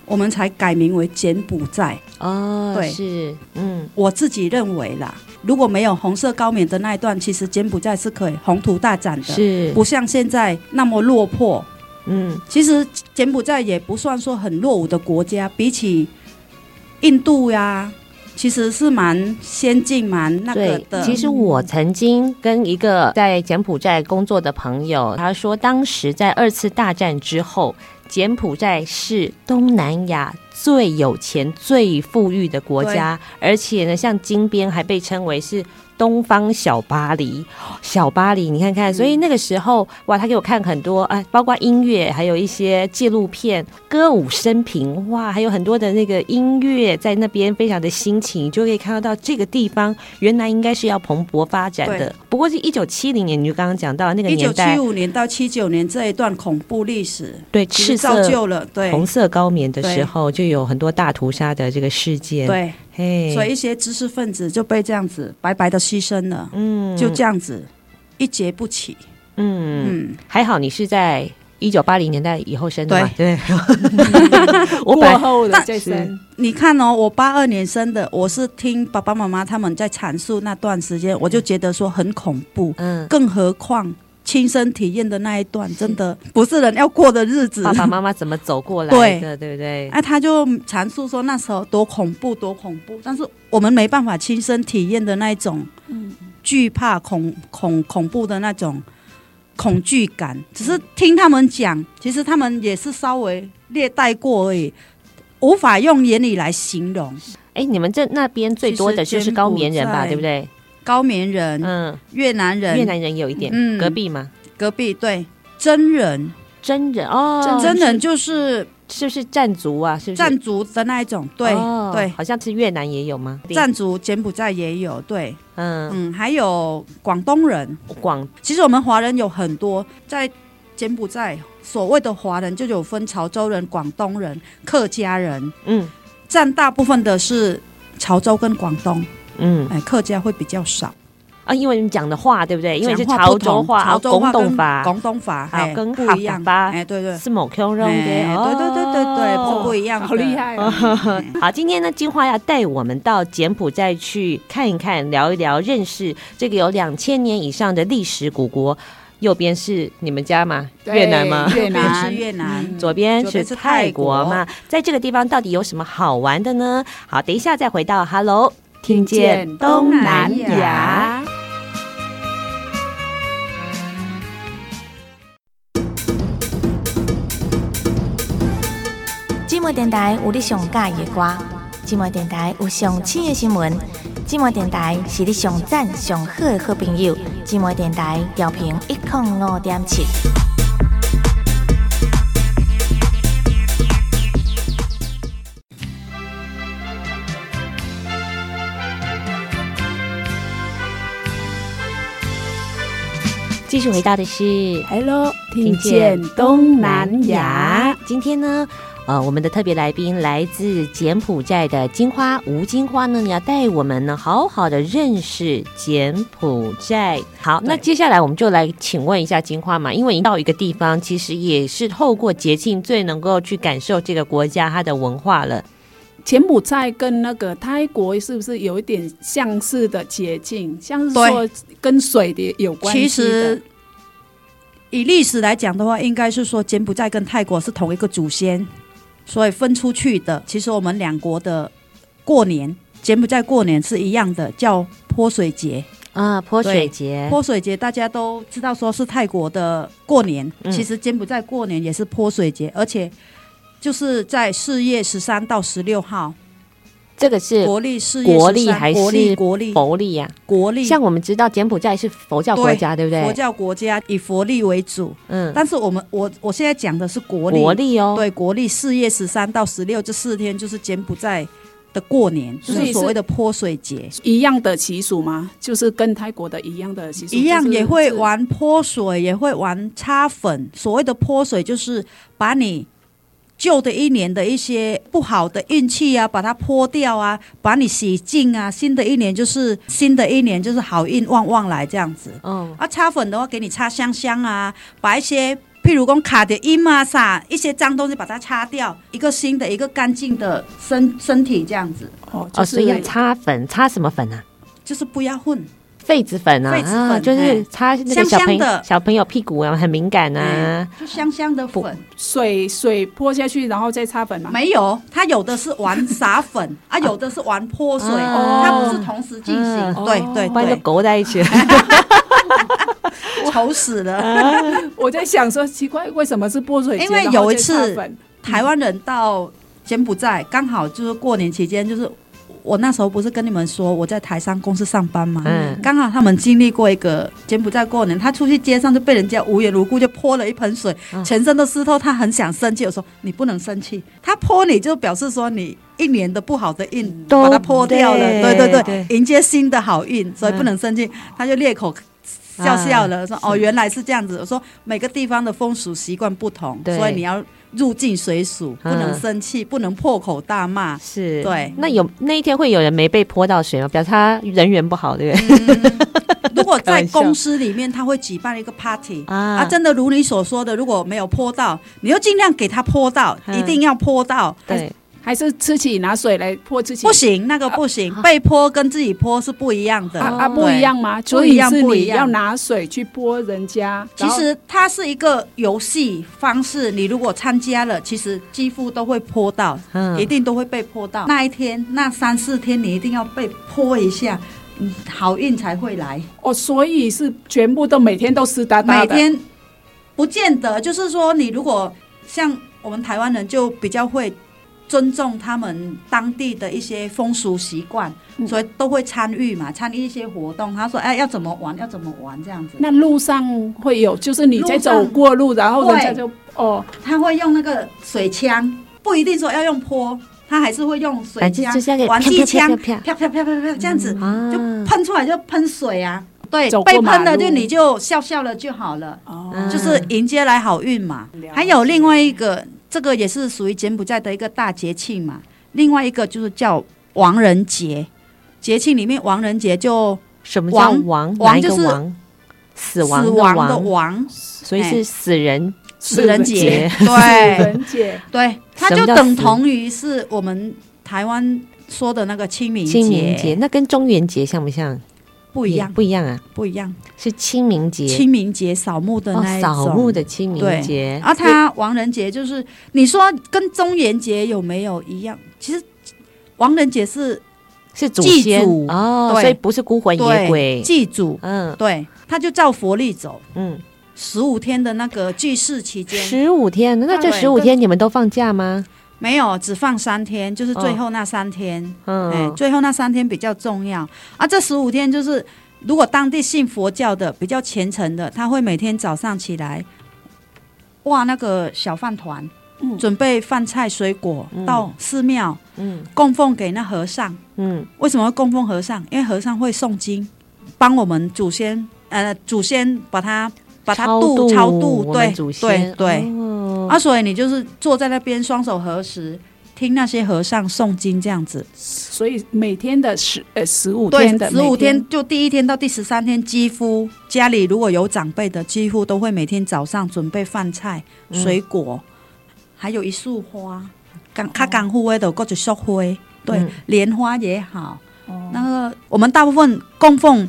S4: 我们才改名为柬埔寨。
S2: 哦，
S4: 对
S2: 是嗯
S4: 我自己认为啦，如果没有红色高棉的那一段，其实柬埔寨是可以宏图大展的，
S2: 是
S4: 不像现在那么落魄。
S2: 嗯
S4: 其实柬埔寨也不算说很落伍的国家，比起印度呀、其实是蛮先进、蛮那个
S2: 对
S4: 的。，嗯
S2: 其实我曾经跟一个在柬埔寨工作的朋友，他说，当时在二次大战之后，柬埔寨是东南亚最有钱、最富裕的国家，而且呢，像金边还被称为是。东方小巴黎，小巴黎，你看
S4: 嗯
S2: 看，所以那个时候，哇，他给我看很多啊，包括音乐，还有一些纪录片、歌舞升平，哇，还有很多的那个音乐在那边非常的兴起，你就可以看得到这个地方原来应该是要蓬勃发展的
S4: 对。
S2: 不过是一九七零年，你就刚刚讲到那个
S4: 一
S2: 年
S4: 九
S2: 代
S4: 七，五年到七九年这一段恐怖历史，
S2: 对
S4: 其实
S2: 赤
S4: 造
S2: 色
S4: 就了对
S2: 红色高棉的时
S4: 对
S2: 候，就有很多大屠杀的这个事件。，
S4: 对，
S2: 嘿，
S4: 所以一些知识分子就被这样子白白的牺牲了，
S2: 嗯，
S4: 就这样子一劫不起。
S2: 嗯，
S4: 嗯，
S2: 还好你是在。一九八零年代以后生的嘛，对， 我本
S1: 过
S2: 来
S1: 后的
S4: 但
S1: 这生，
S4: 你看哦，我八二年生的，我是听爸爸妈妈他们在阐述那段时间，我就觉得说很恐怖，
S2: 嗯，
S4: 更何况亲身体验的那一段，真的不是人要过的日子。
S2: 爸爸妈妈怎么走过来
S4: 嗯对
S2: 的，对不对？
S4: 哎、他就阐述说那时候多恐怖，多恐怖，但是我们没办法亲身体验的那一种，
S2: 嗯
S4: 惧怕、恐恐恐怖的那种恐惧感。只是听他们讲，其实他们也是稍微略带过而已，无法用言语来形容。
S2: 哎，你们这那边最多的就是高棉人吧，
S4: 其
S2: 对
S4: 实
S2: 不对？
S4: 高棉人、
S2: 嗯，
S4: 越南人、
S2: 越南人有一点，
S4: 嗯
S2: 隔壁嘛，
S4: 隔壁对真人，
S2: 真人哦，
S4: 真人就是
S2: 是不是占族啊？是不是
S4: 藏族的那一种，对、
S2: 哦
S4: 对，
S2: 好像是越南也有吗？
S4: 藏族、柬埔寨也有，对，
S2: 嗯，
S4: 嗯，还有广东人。
S2: 广
S4: 其实我们华人有很多在柬埔寨，所谓的华人就有分潮州人、广东人、客家人，
S2: 嗯
S4: 占大部分的是潮州跟广东，
S2: 嗯
S4: 哎，客家会比较少。
S2: 啊，因为你讲的话对不对？因为是
S4: 讲话
S2: 潮
S4: 不同
S2: 州话，哦
S4: 潮州话
S2: 广东
S4: 跟
S2: 话，
S4: 广东法
S2: 好
S4: 哎
S2: 跟
S4: 不一样
S2: 客家
S4: 哎，对对。
S2: 是某 Q 肉的，
S4: 哎
S2: 哦
S4: 对对对对对，是不一样的，
S1: 好厉害啊！
S4: 哎！
S2: 好，今天呢，金花要带我们到柬埔寨去看一看、聊一聊，认识这个有两千年以上的历史古国。右边是你们家吗？
S1: 对
S2: 越南嗯吗？
S1: 越
S4: 越南
S1: 南
S4: 是越南，
S2: 左边
S4: 左
S2: 是
S4: 边是
S2: 泰
S4: 泰
S2: 国
S4: 国
S2: 嘛，在这个地方到底有什么好玩的呢？好，等一下再回到 Hello，听见东
S1: 见东
S2: 南
S1: 南
S2: 亚
S1: 亚。
S6: 寂寞电台有你上喜欢的歌，寂寞电台有上新的新闻，寂寞电台是你上赞上好的好朋友。寂寞电台调频一点五点七。
S2: 继续回到的是
S1: Hello，听见东南亚。。
S2: 今天呢，呃，我们的特别来宾来自柬埔寨的金花吴金花呢，你要带我们呢好好的认识柬埔寨。好，那接下来我们就来请问一下金花嘛，因为到一个地方，其实也是透过节庆最能够去感受这个国家它的文化了。
S1: 柬埔寨跟那个泰国是不是有一点相似的捷径？像是
S4: 对
S1: 说跟水的有关系
S4: 其
S1: 的
S4: 实以历史来讲的话，应该是说柬埔寨跟泰国是同一个祖先，所以分出去的。其实我们两国的过年，柬埔寨过年是一样的，叫泼水节。
S2: 啊，泼水
S4: 对
S2: 节，
S4: 泼水节大家都知道，说是泰国的过年，
S2: 嗯
S4: 其实柬埔寨过年也是泼水节，而且就是在四月十三到十六号，
S2: 这个是
S4: 国历四月
S2: 国历还
S4: 13国历
S2: 是
S4: 国历
S2: 佛历呀、
S4: 国历
S2: 像我们知道柬埔寨是佛教国家，对不对？
S4: 佛教国家以佛历为主，
S2: 嗯，
S4: 但是我们我我现在讲的是国历，
S2: 国历哦，
S4: 对，国历四月十三到十六这四天就是柬埔寨的过年，就
S1: 所以
S4: 是
S1: 是
S4: 所谓的泼水节，
S1: 一样的习俗吗？就是跟泰国的一样的习俗，
S4: 一样
S1: 就是
S4: 也会。玩泼水，也会玩擦粉。所谓的泼水就是把你旧的一年的一些不好的运气啊，把它泼掉啊，把你洗净啊。新的一年就是新的一年就是好运旺旺来这样子。
S2: 嗯，
S4: 啊，擦粉的话给你擦香香啊，把一些譬如讲卡的音啊啥一些脏东西把它擦掉，一个新的一个干净的身身体这样子，
S1: 哦，就
S2: 哦，所以要
S1: 是
S2: 擦粉，擦什么粉啊？
S4: 就是不要混。
S2: 痱子粉啊，
S4: 痱子粉
S2: 啊就是
S4: 哎
S2: 擦那个小
S4: 香香
S2: 朋友
S4: 的
S2: 小朋友屁股啊，很敏感啊
S4: 嗯，，就香香的粉
S1: 水水泼下去，然后再擦粉嘛。
S4: 没有，它有的是玩撒粉啊，有的是玩泼水，
S2: 哦
S4: 它不是同时进行。
S2: 嗯
S4: 对对
S2: 不然就
S4: 对，
S2: 勾在 一起了。
S4: 愁死了。
S1: 我在想说，奇怪，为什么是泼水节？
S4: 因为
S1: 然后
S4: 有一
S1: 再擦
S4: 次
S1: 粉
S4: 台湾人到柬埔寨，刚好就是过年期间，就是我那时候不是跟你们说我在台商公司上班吗？
S2: 嗯
S4: 刚好他们经历过一个柬埔寨过年，他出去街上就被人家无缘无故就泼了一盆水，
S2: 嗯
S4: 全身都湿透，他很想生气。我说你不能生气，他泼你就表示说你一年的不好的运
S2: 都
S4: 把它泼掉了，
S2: 嗯对
S4: 对对对
S2: 对，嗯
S4: 迎接新的好运，所以不能生气。他就裂口笑笑了，
S2: 啊
S4: 说哦原来是这样子。我说每个地方的风俗习惯不同，
S2: 对
S4: 所以你要入境随俗，不能
S2: 嗯
S4: 生气，不能破口大 骂。
S2: 是，
S4: 对
S2: 那有那一天会有人没被泼到水吗？表示他人缘不好，对不对？
S4: 嗯 如果
S2: 开
S4: 在
S2: 玩笑
S4: 公司里面，他会举办一个 party
S2: 啊
S4: 啊真的如你所说的，如果没有泼到，你就尽量给他泼到，
S2: 嗯
S4: 一定要泼到，
S2: 对，
S1: 还是自己拿水来泼自己？
S4: 不行，那个不行，
S2: 啊
S4: 被泼跟自己泼是不一样的
S1: 啊啊，
S2: 哦
S1: 不一样吗？
S4: 不
S1: 所
S4: 一
S1: 以
S4: 样
S1: 是
S4: 不一
S1: 你
S4: 样
S1: 要拿水去泼人家。
S4: 其实它是一个游戏方式，你如果参加了，其实几乎都会泼到，
S2: 嗯
S4: 一定都会被泼到。那一天，那三四天，你一定要被泼一下，嗯，好运才会来。
S1: 然后哦，所以是全部都每天都湿哒哒
S4: 每
S1: 的。
S4: 啊天不见得，就是说你如果像我们台湾人就比较会尊重他们当地的一些风俗习惯，
S1: 嗯
S4: 所以都会参与嘛，参与一些活动。他说：“哎，要怎么玩，要怎么玩这样子。”
S1: 那路上会有，就是你在走过路，然后人家就哦，
S4: 他会用那个水枪，不一定说要用泼，他还是会用水
S1: 哎
S2: 反正
S4: 枪
S2: 就是要给、
S4: 玩
S2: 啪
S4: 气
S2: 啪
S4: 枪，
S2: 啪啪
S4: 啪啪啪啪啪这样子，
S2: 啊
S4: 就喷出来就喷水啊。对
S1: 走，过
S4: 被喷
S1: 马
S4: 了
S1: 路
S4: 就你就笑笑了就好了，
S2: 嗯
S4: 就是迎接来好运嘛。还有另外一个，这个也是属于柬埔寨的一个大节庆嘛。另外一个就是叫亡人节，节庆里面亡人节就
S2: 什么叫
S4: 王
S2: 亡？
S4: 王
S2: 哪一个
S4: 就是
S2: 亡？死
S4: 死
S2: 亡的
S4: 亡的哎
S2: 亡，
S4: 亡，
S2: 所以是死人
S4: 死人节，
S1: 死
S4: 对，
S1: 人节，
S4: 对，它
S2: 什么
S4: 就
S2: 叫
S4: 等
S2: 死
S4: 同于是我们台湾说的那个清明
S2: 清明节，那跟中元节像不像？
S4: 不一样，
S2: 不一样啊，
S4: 不一样。
S2: 是清明节，
S4: 清明节扫墓的
S2: 哦
S4: 那一种，
S2: 扫墓的清明
S4: 对
S2: 节，
S4: 啊，它亡人节就是你说跟中元节有没有一样？其实亡人节是
S2: 是祖
S4: 祭
S2: 先
S4: 祖
S2: 哦，
S4: 对
S2: 所以不是孤魂野
S4: 对
S2: 鬼。
S4: 祭祖，
S2: 嗯
S4: 对，他就照佛历走，
S2: 嗯，
S4: 十五天的那个祭祀期间
S2: 十五天，那
S4: 对
S2: 这十五天你们都放假吗？
S4: 没有只放三天，就是最
S2: 哦
S4: 后那三天。哎，
S2: 嗯，
S4: 最后那三天比较重要啊。这十五天就是，如果当地信佛教的比较虔诚的，他会每天早上起来，哇，那个小饭团，准备饭菜水果、到寺庙，
S2: 嗯
S4: 供奉给那和尚。
S2: 嗯，
S4: 为什么要供奉和尚？因为和尚会诵经，帮我们祖先，呃，祖先把他把他
S2: 超
S4: 度超度
S2: 我，们
S4: 对
S2: 祖
S4: 对
S2: 先
S4: 对。
S2: 哦
S4: 啊，所以你就是坐在那边，双手合十，听那些和尚诵经这样子。
S1: 所以每天的十呃十五
S4: 对
S1: 天，的
S4: 十五
S1: 每
S4: 天就第一天到第十三天，几乎家里如果有长辈的，几乎都会每天早上准备饭菜、水果，还有一束花，港卡港户威的或者束花，对，
S2: 嗯
S4: 莲花也好。那个我们大部分供奉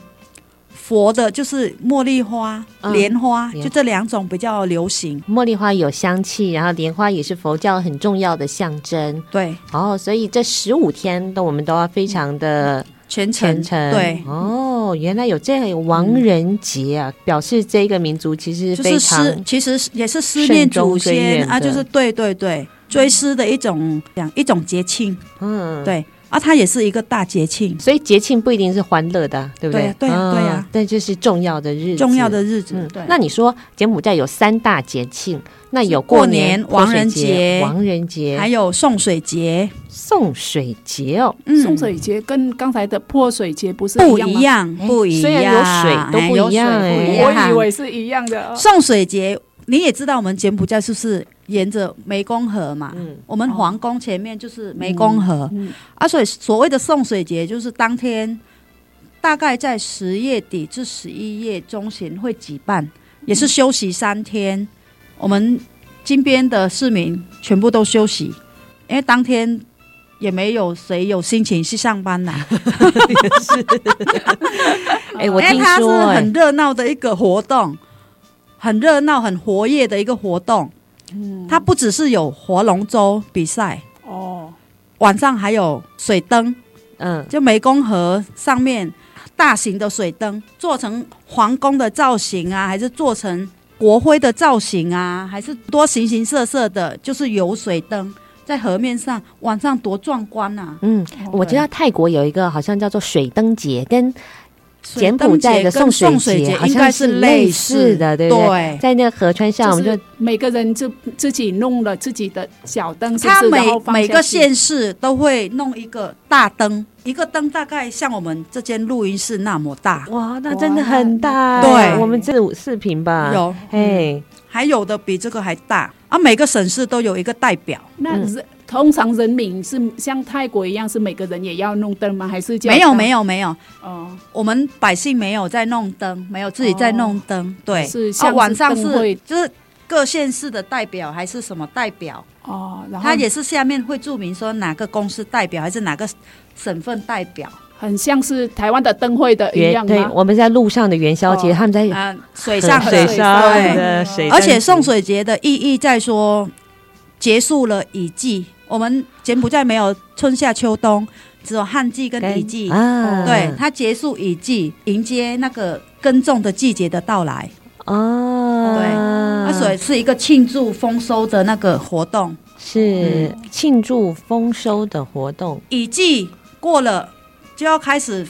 S4: 佛的就是茉莉花、
S2: 嗯
S4: 莲花，
S2: 莲
S4: 就这两种比较流行。
S2: 茉莉花有香气，然后莲花也是佛教很重要的象征
S4: 对，
S2: 哦，所以这十五天都我们都要非常的
S4: 全程
S2: 虔诚。
S4: 对，
S2: 哦，原来有这样有亡人节啊，表示这个民族其实
S4: 就
S2: 非
S4: 是
S2: 常
S4: 思，其实也是思念祖
S2: 慎终追
S4: 先
S2: 远
S4: 啊，
S2: 的
S4: 就是对对对，追思的一种讲一种节庆，
S2: 嗯，
S4: 对啊，它也是一个大节庆，
S2: 所以节庆不一定是欢乐的啊，对不对？
S4: 对啊对啊对啊
S2: 嗯但这是重要的日子，
S4: 重要的日子。
S2: 嗯
S4: 对，，
S2: 那你说柬埔寨有三大节庆，那有
S4: 过
S2: 年、
S4: 年亡人
S2: 泼水节、
S4: 节
S2: 亡人节，
S4: 还有送水节，
S2: 送水节哦。
S1: 天送水节跟刚才的泼水节不是
S4: 嗯不
S1: 样
S4: 一
S1: 吗？
S4: 样，不一
S2: 哎虽
S4: 样，
S2: 然有水都
S4: 哎
S2: 不一样
S4: 有水
S2: 哎
S4: 不一
S1: 我以
S4: 样
S1: 为是一样的哦。
S4: 送水节你也知道我们柬埔寨是不是沿着湄公河嘛？
S2: 嗯
S4: 我们皇宫前面就是湄公河，啊，所以所谓的送水节就是当天，大概在十月底至十一月中旬会举办，也是休息三天。我们金边的市民全部都休息，因为当天也没有谁有心情去上班啦。
S2: 哎、我
S4: 因为
S2: 听
S4: 哦它是
S2: 说、哎
S4: 很热闹的一个活动，很热闹、很活跃的一个活动。
S2: 嗯
S4: 它不只是有划龙舟比赛，
S1: 哦，
S4: 晚上还有水灯，
S2: 嗯，
S4: 就湄公河上面大型的水灯，做成皇宫的造型啊，还是做成国徽的造型啊，还是多形形色色的，就是有水灯在河面上，晚上多壮观啊！
S2: 嗯，我知道泰国有一个好像叫做水灯节，跟柬埔寨的
S4: 水灯
S2: 送
S4: 节跟
S2: 水
S4: 送水节
S2: 好
S4: 应该
S2: 像
S4: 是
S2: 类
S4: 类
S2: 似的，对不对？
S4: 对
S2: 在那个河川上，我们
S1: 就
S2: 就是
S1: 每个人就自己弄了自己的小灯，是不
S4: 它
S1: 是
S4: 每
S1: 然后放下
S4: 每
S1: 去
S4: 个县市都会弄一个大灯，一个灯大概像我们这间录音室那么大，
S2: 哇，那真的很大。
S4: 对
S2: 我们这五视频
S1: 啊
S2: 吧，，
S4: 有
S2: 哎，
S4: 还有的比这个还大啊！每个省市都有一个代表，
S1: 那人通常人民是像泰国一样，是每个人也要弄灯吗？还是
S4: 没有没
S1: 有
S4: 有没有，
S1: 哦，
S4: 我们百姓没有在弄灯，没有自己在弄灯，对，
S1: 哦是像
S4: 啊，
S1: 是
S4: 晚上
S1: 灯会
S4: 是就是各县市的代表还是什么代表，
S1: 哦，然后
S4: 他也是下面会注明说哪个公司代表还是哪个省份代表
S1: 很像是台湾的灯会的嗯一
S2: 元
S1: 样
S2: 对，
S1: 吗？
S2: 我们在路上的元宵节，
S1: 哦
S2: 他们在
S4: 啊、水上
S2: 河
S4: 的
S2: 水上
S4: 对
S2: 的水灯节，
S4: 而且送水节的意义在说，结束了雨季。我们柬埔寨没有春夏秋冬，只有旱季跟雨季。
S2: 啊，
S4: 对，它结束雨季，迎接那个耕种的季节的到来，
S2: 哦，
S4: 对啊，所以是一个庆祝丰收的那个活动。
S2: 是
S4: 嗯
S2: 庆祝丰收的活动，
S4: 雨季过了，就要开始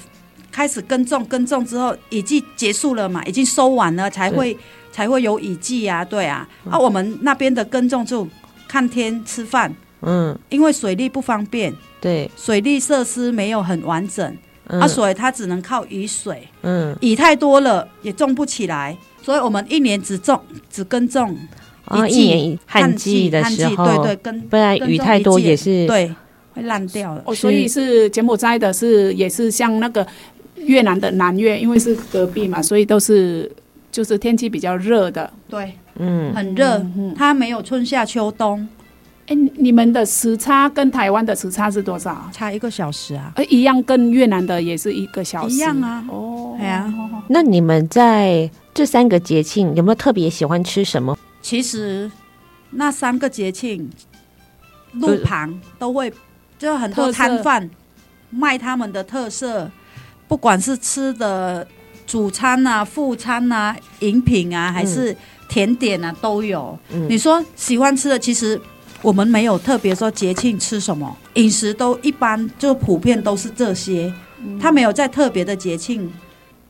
S4: 开始耕种，耕种之后，雨季结束了嘛，已经收完了，才会才会有雨季啊，对啊。啊，我们那边的耕种就看天吃饭，
S2: 嗯，
S4: 因为水利不方便，
S2: 对，
S4: 水利设施没有很完整，
S2: 嗯
S4: 啊，所以它只能靠雨水，
S2: 嗯，
S4: 雨太多了也种不起来，所以我们一年只种只耕种
S2: 啊，一
S4: 季
S2: 年一旱季的
S4: 旱
S2: 时
S4: 季
S2: 候，
S4: 对对，跟
S2: 不然
S4: 耕
S2: 雨
S4: 种
S2: 太
S4: 一
S2: 多
S4: 季
S2: 也是，
S4: 对会烂掉了。
S1: 哦，所以是柬埔寨的是也是像那个越南的南越，因为是隔壁嘛，所以都是就是天气比较热的。
S4: 对，
S2: 嗯，
S4: 很热，
S1: 嗯
S4: 它没有春夏秋冬，
S1: 哎，你们的时差跟台湾的时差是多少？
S4: 差一个小时啊，
S1: 呃，一样跟越南的也是一个小时。
S4: 一样。啊。
S1: 哦，
S4: 哎呀，
S2: 那你们在这三个节庆有没有特别喜欢吃什么？
S4: 其实那三个节庆路旁都会，就很多
S1: 特色
S4: 摊贩卖他们的特色，不管是吃的主餐啊、副餐啊、饮品啊，还是甜点啊，都有。你说喜欢吃的，其实我们没有特别说节庆吃什么，饮食都一般，就普遍都是这些。他没有在特别的节庆，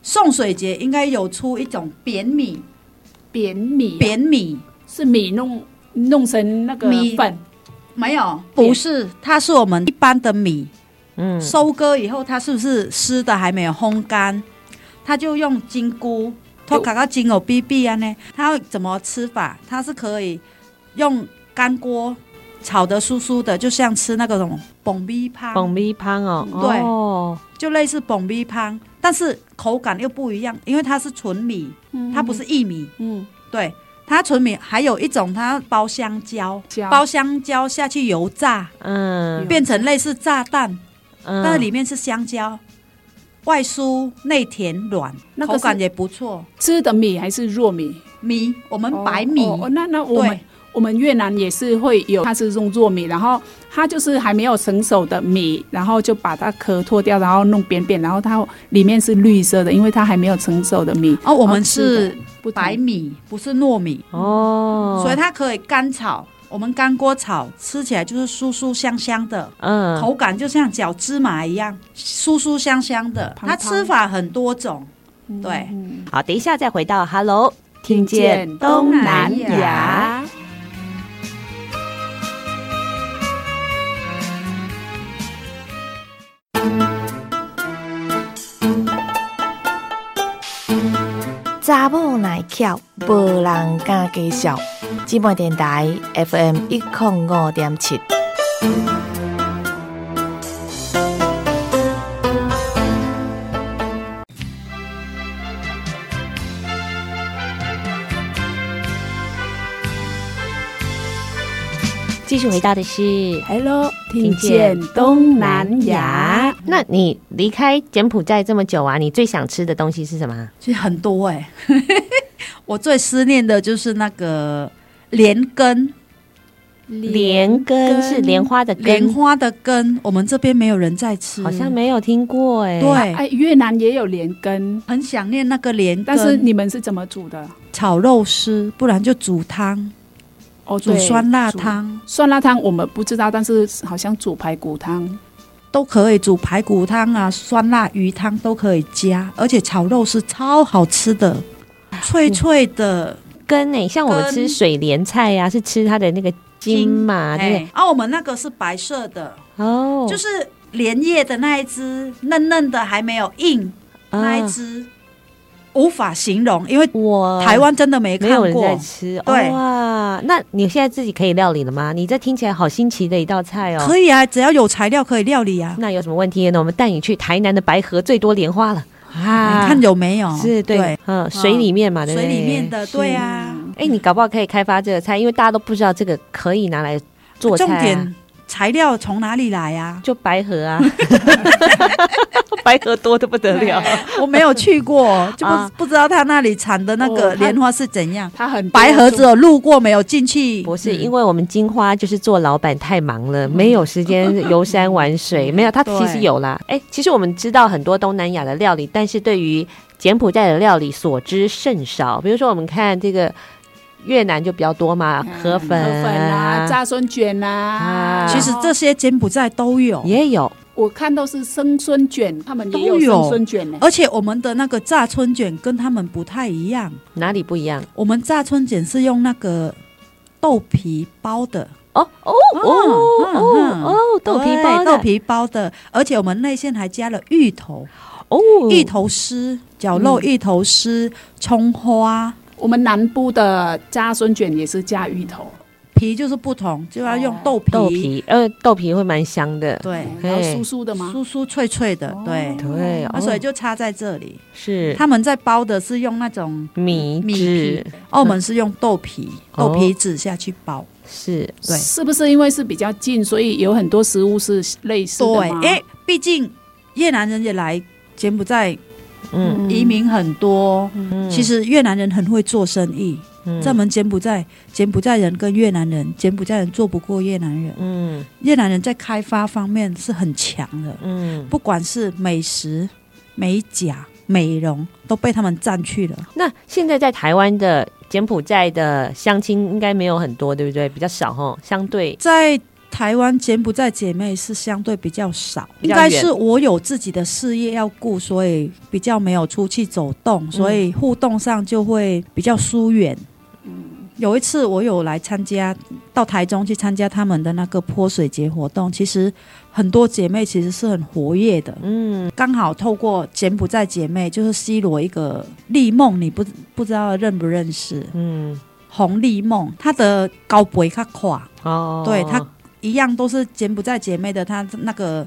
S4: 送水节应该有出一种扁米，
S1: 扁米啊，
S4: 扁米。
S1: 是米弄弄成那个
S4: 米
S1: 粉，
S4: 没有，不是，它是我们一般的米，
S2: 嗯，
S4: 收割以后它是不是湿的还没有烘干，它就用金菇，它搞到金藕 B B 啊呢，它要怎么吃法？它是可以用干锅炒的酥酥的，就像吃那个什么蹦逼
S2: 蹦
S4: 汤，
S2: 米汤哦，
S4: 啊对
S2: 哦，
S4: 就类似蹦逼汤，但是口感又不一样，因为它是纯米，它不是薏米，
S1: 嗯，
S4: 对，它纯米还有一种它包香蕉，
S1: 椒
S4: 包香蕉下去油炸。
S2: 嗯
S4: 变成类似炸弹，
S2: 嗯，
S4: 但是里面是香蕉，外酥内甜软，
S1: 那个
S4: 口
S1: 是
S4: 感也不错。
S1: 吃的米还是糯米？
S4: 米，我们白米，
S1: 哦哦那那我们
S4: 对，
S1: 我们越南也是会有，它是用糯米，然后它就是还没有成熟的米，然后就把它壳脱掉，然后弄扁扁，然后它里面是绿色的，因为它还没有成熟的米。
S4: 哦，我
S1: 哦
S4: 们
S1: 吃
S4: 是
S1: 的不同
S4: 白米，不是糯米，
S2: 哦，
S4: 所以它可以干炒。我们干锅炒，吃起来就是酥酥香香的，
S2: 嗯，
S4: 口感就像搅芝麻一样，酥酥香香的。
S1: 汤
S4: 它
S1: 汤
S4: 吃法很多种，
S1: 嗯
S4: 对。
S2: 好，等一下再回到 Hello，听见
S4: 东南
S2: 东
S4: 亚
S2: 亚。
S6: 查某耐巧，无人敢介绍。寂寞电台 FM 一零五点七。
S2: 继续回到的是
S1: Hello，听见东南亚。。
S2: 那你离开柬埔寨这么久啊，你最想吃的东西是什么啊？
S4: 其实很多哎、 我最思念的就是那个莲根，
S2: 莲根是莲花的
S4: 莲
S2: 根，
S4: 花的根，我们这边没有人在吃，
S2: 好像没有听过哎、
S4: 对，
S1: 哎，越南也有莲根，
S4: 很想念那个莲根，
S1: 但是你们是怎么煮的？
S4: 炒肉丝，不然就煮汤，
S1: 哦，
S4: 煮
S1: 对
S4: 酸辣。
S1: 煮
S4: 汤
S1: 酸辣汤我们不知道，但是好像煮排骨汤。
S4: 都可以，煮排骨汤啊、酸辣鱼汤都可以加，而且炒肉丝超好吃的，脆脆的。
S2: 根哎、像我们吃
S4: 根
S2: 水莲菜呀、是吃它的那个茎嘛，对不对
S4: 哎，啊，我们那个是白色的，
S2: 哦，
S4: 就是莲叶的那一只，嫩嫩的还没有硬，
S2: 啊
S4: 那一只无法形容，因为
S2: 我
S4: 台湾真的没
S2: 没
S4: 看
S2: 有人在
S4: 过。
S2: 吃，哦
S4: 对
S2: 哇，那你现在自己可以料理了吗？你这听起来好新奇的一道菜哦。
S4: 可以啊，只要有材料可以料理啊。
S2: 那有什么问题呢？我们带你去台南的白河最多莲花了啊！
S4: 你看有没有？
S2: 是对，嗯，水里面嘛，对不
S4: 水
S2: 对？
S4: 里面的，对
S2: 呀。
S4: 啊。
S2: 哎，你搞不好可以开发这个菜，因为大家都不知道这个可以拿来做菜、
S4: 重
S2: 啊。？
S4: 点材料从哪里来啊
S2: 就白河啊， 白河多的不得 了。
S4: 我没有去过，就不、
S2: 啊
S4: 不知道他那里产的那个
S1: 哦它
S4: 莲花是怎样。
S1: 它很多
S4: 白盒子哦
S1: 种
S4: 有路过没有进去？
S2: 不是，因为我们金花就是做老板太忙了，没有时间游山玩 水。没有，他其实
S4: 嗯对
S2: 有啦。哎，其实我们知道很多东南亚的料理，但是对于柬埔寨的料理所知甚少。比如说，我们看这个越南就比较多嘛，
S4: 嗯
S2: 河粉
S1: 哎河粉啊，炸酸卷
S2: 啊
S1: 啊。
S4: 其实这些柬埔寨都有，
S2: 也有。
S1: 我看都是生孙卷，他们也有
S4: 都有
S1: 生孙卷呢。
S4: 而且我们的那个炸春卷跟他们不太一样，
S2: 哪里不一样？
S4: 我们炸春卷是用那个豆皮包的。
S2: 哦哦哦
S4: 嗯
S2: 哦
S4: 嗯
S2: 哦，豆皮包
S4: 对
S2: 的
S4: 豆皮包的，而且我们内馅还加了芋头、
S2: 哦，嗯
S4: 芋头丝、绞肉芋头丝、葱花，
S1: 我们南部的炸酸卷也是加芋头，
S4: 皮就是不同，就要用豆皮，
S2: 豆皮，嗯呃，豆皮会蛮香的。
S4: 对，
S1: 哎然后
S2: 嘿
S1: 酥酥的吗？
S4: 哎酥酥脆脆的，对，
S2: 对，
S4: 那、
S2: 哦
S4: 所以就插在这里。
S2: 是
S4: 他们在包的是用那种，
S2: 米
S4: 米
S2: 制
S4: 澳门是用豆皮、
S2: 哦
S4: 豆皮纸下去包，
S2: 是
S4: 对
S1: 是不是因为是比较近，所以有很多食物是类似的
S4: 对
S1: 吗，
S4: 因为毕竟越南人也来柬埔寨
S2: 嗯，
S4: 移民很多，其实越南人很会做生意。
S2: 嗯
S4: 在我们柬埔寨，柬埔寨人跟越南人，柬埔寨人做不过越南人，
S2: 嗯
S4: 越南人在开发方面是很强的，
S2: 嗯，
S4: 不管是美食、美甲、美容，都被他们占去了。
S2: 那现在在台湾的柬埔寨的相亲应该没有很多，对不对？比较少哈，相对
S4: 在台湾柬埔寨姐妹是相对比较少，
S2: 比
S4: 应
S2: 较
S4: 该
S2: 远
S4: 是我有自己的事业要顾，所以比较没有出去走
S2: 嗯
S4: 动，所以互动上就会比较疏远。
S2: 嗯
S4: 有一次我有来参加到台中去参加他们的那个泼水节活动，其实很多姐妹其实是很活跃的，
S2: 嗯
S4: 刚好透过柬埔寨姐妹就是 C 罗一个丽梦，你不不知道认不认识
S2: 嗯
S4: 红丽梦，她的高背较垮。
S2: 哦，
S4: 对他一样都是柬埔寨姐妹的，她那个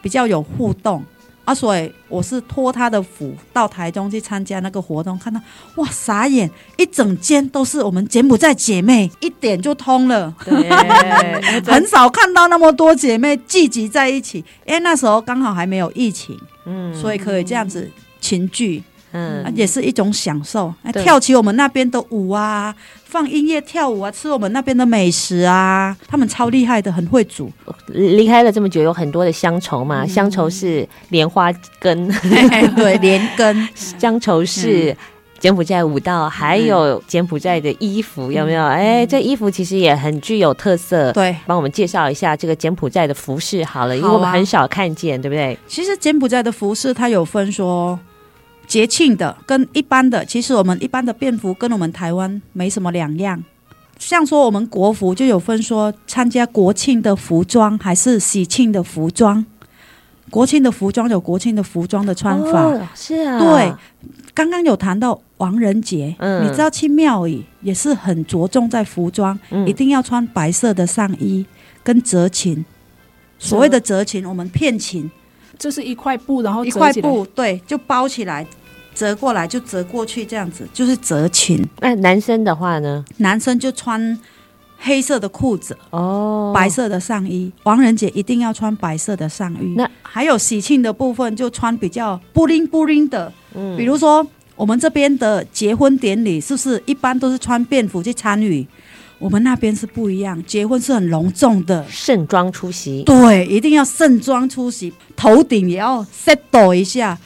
S4: 比较有互动啊，所以我是托她的福到台中去参加那个活动，看到哇傻眼，一整间都是我们柬埔寨姐妹，一点就通 了，
S2: 对，哎
S4: 很少看到那么多姐妹聚集在一起，因为那时候刚好还没有疫情，
S2: 嗯
S4: 所以可以这样子群聚。啊
S2: 嗯
S4: 也是一种享受。哎
S2: 对
S4: 跳起我们那边的舞啊，放音乐跳舞啊，吃我们那边的美食啊，他们超厉害的，很会 煮。
S2: 离开了这么久，有很多的乡愁
S4: 嗯
S2: 嘛，乡愁是莲花 根，
S4: 对，连根
S2: 乡愁
S4: 嗯
S2: 是柬埔寨舞蹈，还有柬埔寨的衣服，有没有？哎，这衣服其实也很具有特色。
S4: 嗯对。
S2: 帮我们介绍一下这个柬埔寨的服饰好了，因为
S4: 好啊
S2: 我们很少看见，对不对？
S4: 其实柬埔寨的服饰它有分说节庆的跟一般的，其实我们一般的便服跟我们台湾没什么两样。像说我们国服就有分说参加国庆的服装还是喜庆的服装，国庆的服装有国庆的服装的穿法，
S2: 哦是
S1: 嗯
S2: 啊，
S4: 对，刚刚有谈到王仁杰，
S2: 嗯
S4: 你知道去庙宇也是很着重在服装，
S2: 嗯
S4: 一定要穿白色的上衣跟折裙。所谓的折裙，我们片裙，
S1: 就是一块布，然后
S4: 一
S1: 哦折
S4: 块
S1: 起来，
S4: 布，对，就包起来，折过来就折过去，这样子就是折裙。
S2: 那男生的话呢？
S4: 男生就穿黑色的裤子，
S2: 哦，
S4: 白色的上衣。王仁姐一定要穿白色的上衣。
S2: 那
S4: 还有喜庆的部分，就穿比较布灵布灵的，
S2: 嗯
S4: 比如说我们这边的结婚典礼，是不是一般都是穿便服去参与？我们那边是不一样，结婚是很隆重的，
S2: 盛装出席，
S4: 对，一定要盛装出席，头顶也要 set 抖一下。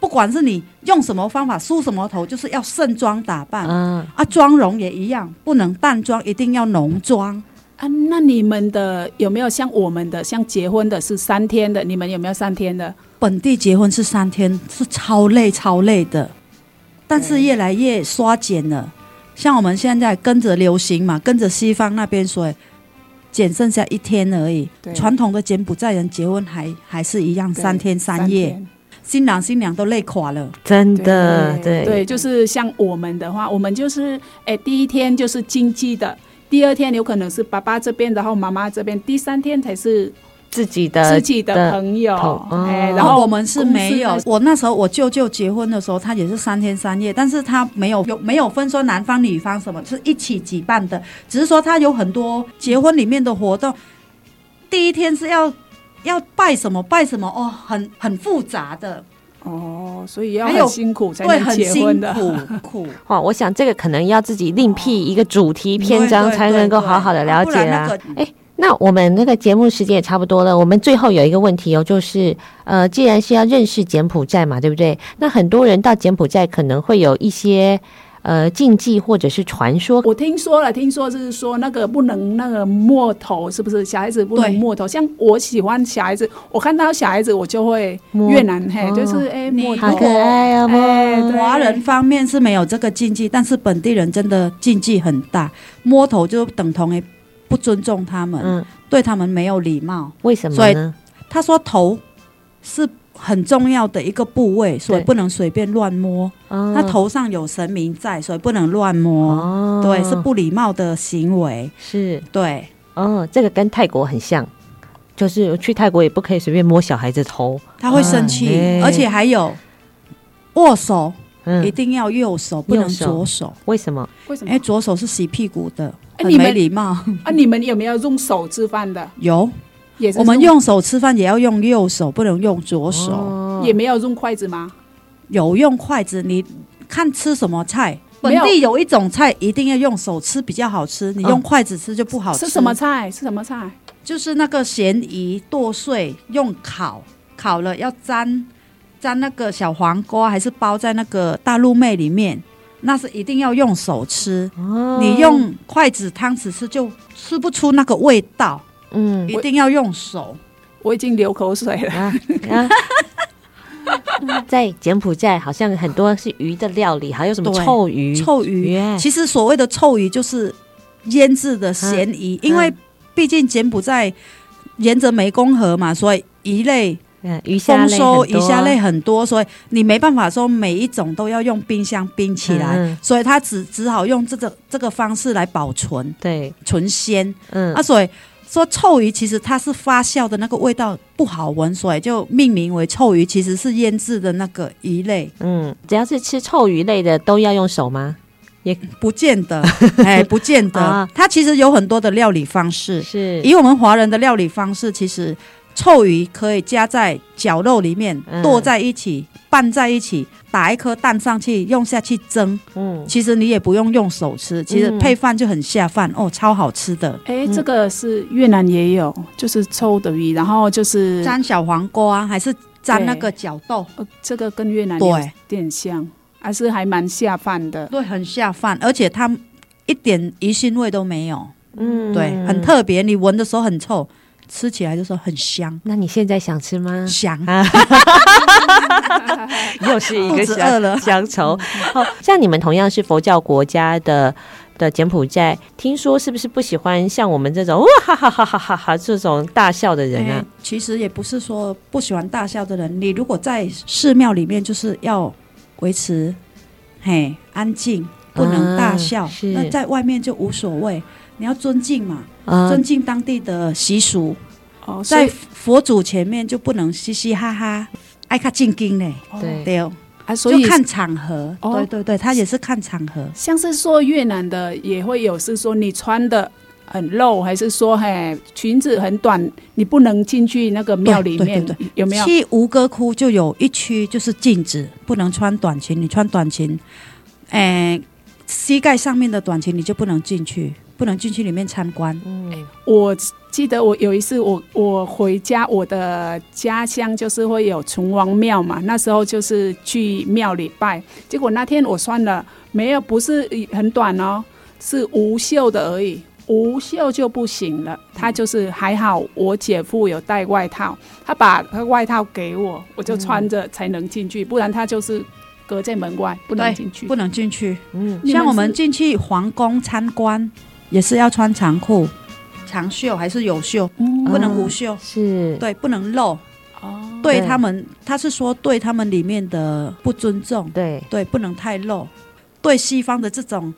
S4: 不管是你用什么方法梳什么头，就是要盛装打扮、
S2: 嗯，
S4: 啊，妆容也一样，不能淡妆，一定要浓妆。
S1: 啊，那你们的有没有像我们的，像结婚的是三天的，你们有没有三天的？
S4: 本地结婚是三天，是超累超累的，但是越来越缩减了。像我们现在跟着流行嘛，跟着西方那边所以仅剩下一天而已
S1: 对。
S4: 传统的柬埔寨人结婚还还是一样
S1: 对
S4: 三天三夜，
S1: 天
S4: 新郎新娘都累垮了。
S2: 真的，对
S1: 对，就是像我们的话，我们就是哎，第一天就是经济的，第二天有可能是爸爸这边，然后妈妈这边，第三天才是
S2: 自己的
S1: 自己的朋友
S2: 同，哦
S1: 哎，然
S4: 然后
S1: 后
S4: 我们是
S1: 公司
S4: 没有
S1: 那，
S4: 我那时候我舅舅结婚的时候，他也是三天三夜，但是他没有有没有分说男方女方什么，是一起举办的，只是说他有很多结婚里面的活动，第一天是要要拜什么拜什么哦，很很复杂的，
S1: 哦，所以要
S4: 还有
S1: 很辛苦才
S4: 对，
S1: 能
S4: 很
S1: 结
S4: 辛
S1: 婚的，
S4: 苦苦。
S2: 哦，我想这个可能要自己另辟一个主题 篇章，
S4: 对对
S2: 才能够好好的了解
S4: 对对
S2: 啦
S4: 啊不然。那
S2: 哎、那我们那个节目时间也差不多了，我们最后有一个问题哦，就是呃，既然是要认识柬埔寨嘛，对不对？那很多人到柬埔寨可能会有一些呃禁忌或者是传说，
S1: 我听说了，听说是说那个不能那个摸头，是不是？小孩子不能
S4: 对
S1: 摸头。像我喜欢小孩子，我看到小孩子我就会
S2: 摸
S1: 越南嘿
S2: 哦，
S1: 就是哎
S4: 你
S1: 摸头
S2: 好可爱啊！
S1: 哎对
S4: 华呃人方面是没有这个禁忌，但是本地人真的禁忌很大，摸头就等同于不尊重他们，
S2: 嗯，
S4: 对他们没有礼貌。
S2: 为什么
S4: 所以
S2: 呢？
S4: 他说头是很重要的一个部位，所以不能随便乱摸。
S2: 哦
S4: 他头上有神明在，所以不能乱摸。
S2: 哦，
S4: 对，是不礼貌的行为。
S2: 是
S4: 对，
S2: 哦，这个跟泰国很像，就是去泰国也不可以随便摸小孩子头，
S4: 他会生气，
S2: 哎
S4: 而且还有握手一
S2: 嗯，
S4: 定要右手，不能
S2: 右手
S4: 左手，
S2: 为什么？
S1: 为什么
S4: 因为？左手是洗屁股的，
S1: 哎
S4: 很
S1: 你们
S4: 没礼貌。
S1: 啊，你们有没有用手吃饭的？
S4: 有，
S1: 也是
S4: 我们用手吃饭也要用右手，不能用左手。
S2: 哦
S1: 也没有用筷子吗？
S4: 有用筷子，你看吃什么菜。
S1: 没
S4: 本
S1: 有
S4: 地有一种菜一定要用手吃比较好吃，你
S2: 嗯
S4: 用筷子吃就不好吃。
S1: 是什么？菜？是什么菜？
S4: 就是那个咸鱼剁碎用烤，烤了要沾沾那个小黄瓜，还是包在那个大陆妹里面，那是一定要用手吃。
S2: 哦
S4: 你用筷子、汤匙吃就吃不出那个味道，
S2: 嗯
S4: 一定要用手。
S1: 我已经流口水
S4: 嗯
S1: 了。
S2: 啊啊， 在柬埔寨好像很多是鱼的料理，还有什么
S4: 对
S2: 臭鱼？
S4: 臭鱼
S2: 耶
S4: 其实所谓的臭鱼就是腌制的咸
S2: 嗯
S4: 鱼，因为毕竟柬埔寨沿着湄公河嘛，所以鱼类
S2: 嗯鱼虾
S4: 丰
S2: 类很
S4: 收，
S2: 多，
S4: 鱼虾类很多，所以你没办法说每一种都要用冰箱冰起来，
S2: 嗯嗯
S4: 所以它只只好用这个这个方式来保存
S2: 对，
S4: 存鲜
S2: 嗯
S4: 啊，所以。说臭鱼其实它是发酵的那个味道不好闻，所以就命名为臭鱼，其实是腌制的那个鱼类，
S2: 嗯，只要是吃臭鱼类的都要用手吗？
S4: 不见 得，哎，不见得
S2: 啊。
S4: 它其实有很多的料理方式，
S2: 是，
S4: 以我们华人的料理方式，其实臭鱼可以加在绞肉里面
S2: 嗯，
S4: 剁在一起，拌在一起，打一颗蛋上去，用下去蒸。
S2: 嗯
S4: 其实你也不用用手吃，其实
S2: 嗯
S4: 配饭就很下饭哦，超好吃的。
S1: 哎，这个是越南也有，就是臭的鱼，然后
S2: 嗯
S1: 就是
S4: 沾小黄瓜还是沾
S1: 对
S4: 那个绞豆，
S1: 呃这个跟越南有
S4: 对
S1: 点像，还是还蛮下饭的。
S4: 对，很下饭，而且它一点鱼腥味都没有，
S2: 嗯
S4: 对，很。特别。你闻的时候很臭，吃起来的时候很香，
S2: 那你现在想吃 吗？
S4: 香。
S2: 啊，又是一个
S4: 肚子饿
S2: 乡
S4: 了
S2: 哦乡愁。好，像你们同样是佛教国家的的柬埔寨，听说是不是不喜欢像我们这种哇哈哈哈哈哈哈这种大笑的人啊
S4: 哎？其实也不是说不喜欢大笑的人，你如果在寺庙里面，就是要维持嘿安静，不能大笑。
S2: 啊是
S4: 那在外面就无所谓，你要尊敬嘛，
S2: 啊、
S4: 尊敬当地哎的习俗，
S1: 哦，所
S4: 在
S1: 以
S4: 佛祖前面就不能嘻嘻哈哈，爱看进京嘞，
S2: 对，
S4: 对哦，
S1: 啊，所
S4: 就
S1: 以
S4: 看场合。
S1: 哦
S4: 对对对，他也是看场合。
S1: 像是说越南的也会有，是说你穿的很露，还是说嘿裙子很短，你不能进去那个庙里面，
S4: 对对
S1: 有没有？
S4: 去吴哥窟就有一区就是禁止不能穿短裙，你穿短裙，诶、膝盖上面的短裙你就不能进去，不能进去里面参观。
S1: 我记得我有一次我我回家，我的家乡就是会有崇王庙嘛，那时候就是去庙里拜，结果那天我穿了没有，不是很短哦，是无袖的而已。无袖就不行了，他就是还好，我姐夫有带外套，他把他外套给我，我就穿着才能进去，不然他就是隔在门外，不能
S4: 对
S1: 进去。
S4: 不能进去。
S2: 嗯，
S1: 你们是
S4: 像我们进去皇宫参观，也是要穿长裤、长袖还是有袖，不能无袖。
S2: 是，
S4: 对，不能露。
S1: 嗯哦，
S4: 对
S2: 对
S4: 他们，他是说对他们里面的不尊重。
S2: 对，
S4: 对，不能太露。对西方的这种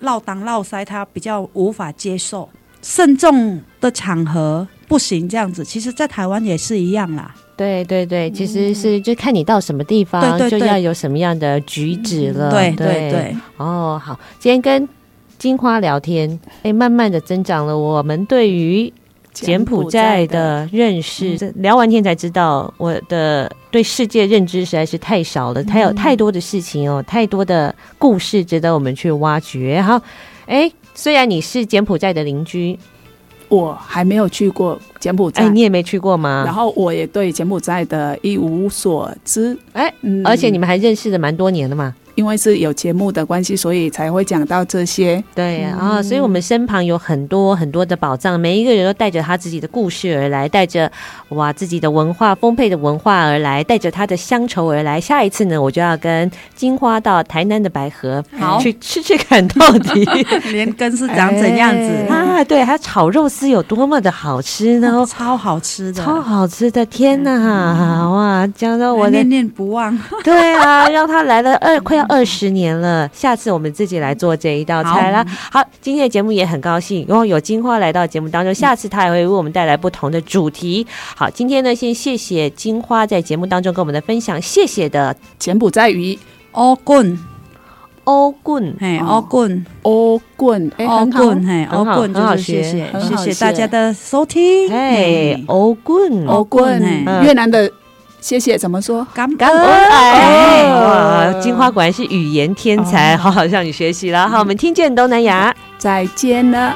S4: 绕裆绕腮，他比较无法接受。慎重的场合不行，这样子。其实，在台湾也是一样啦。
S2: 对对对，其实是就看你到什么地方，
S4: 嗯对对
S2: 就
S4: 对
S2: 要有什么样的举止了。
S4: 对
S2: 对
S4: 对对，
S2: 哦，好，今天跟金花聊天，哎，慢慢的增长了我们对于柬埔寨的认
S4: 嗯
S2: 识。这聊完天才知道，我的对世界认知实在是太少了，
S4: 嗯
S2: 它有太多的事情哦，太多的故事值得我们去挖掘。好，哎，虽然你是柬埔寨的邻居，
S1: 我还没有去过柬埔寨，
S2: 哎，你也没去过吗？
S1: 然后我也对柬埔寨的一无所知，
S2: 哎，
S1: 嗯
S2: 而且你们还认识了蛮多年的嘛。
S1: 因为是有节目的关系，所以才会讲到这些。
S2: 对啊、哦所以我们身旁有很多很多的宝藏，每一个人都带着他自己的故事而来，带着哇自己的文化丰沛的文化而来，带着他的乡愁而来。下一次呢，我就要跟金花到台南的白河，
S4: 好
S2: 去吃吃看到底
S4: 连根是长怎样子，
S2: 啊！对，它炒肉丝有多么的好吃呢？
S4: 超好吃的，
S2: 超好吃的，天哪！哇，讲到我
S4: 还
S2: 的
S4: 哎念念不忘。
S2: 对啊，让他来了二快要二十年了，下次我们自己来做这一道菜啦。好，今天的节目也很高兴，然后有金花来到节目当中，下次她也会为我们带来不同的主题。好，今天呢，先谢谢金花在节目当中跟我们的分享，谢谢的
S1: 柬埔寨语
S4: 欧棍，
S2: 欧棍。
S4: 嘿，
S1: 哦
S4: 欧棍，
S1: 欧棍，哎，
S4: 欧
S1: 很
S2: 哦
S1: 好
S4: 棍，嘿，
S2: 很
S4: 欧
S2: 好
S4: 棍
S2: 很
S4: 就
S2: 好
S4: 是谢
S2: 学
S4: 谢，
S1: 很
S4: 谢
S1: 好
S4: 谢
S1: 学
S4: 大家的收听。
S2: 哎
S4: 嘿，，
S2: 欧棍，
S1: 欧哦棍
S4: 嘿，
S2: 嗯
S1: 越南的谢谢怎么说？
S4: 感
S2: 感恩
S4: 恩，
S2: 哎，哇，金花哦果然是语言天才，好好向你学习了。好，我们听见东南亚。
S1: 再见了。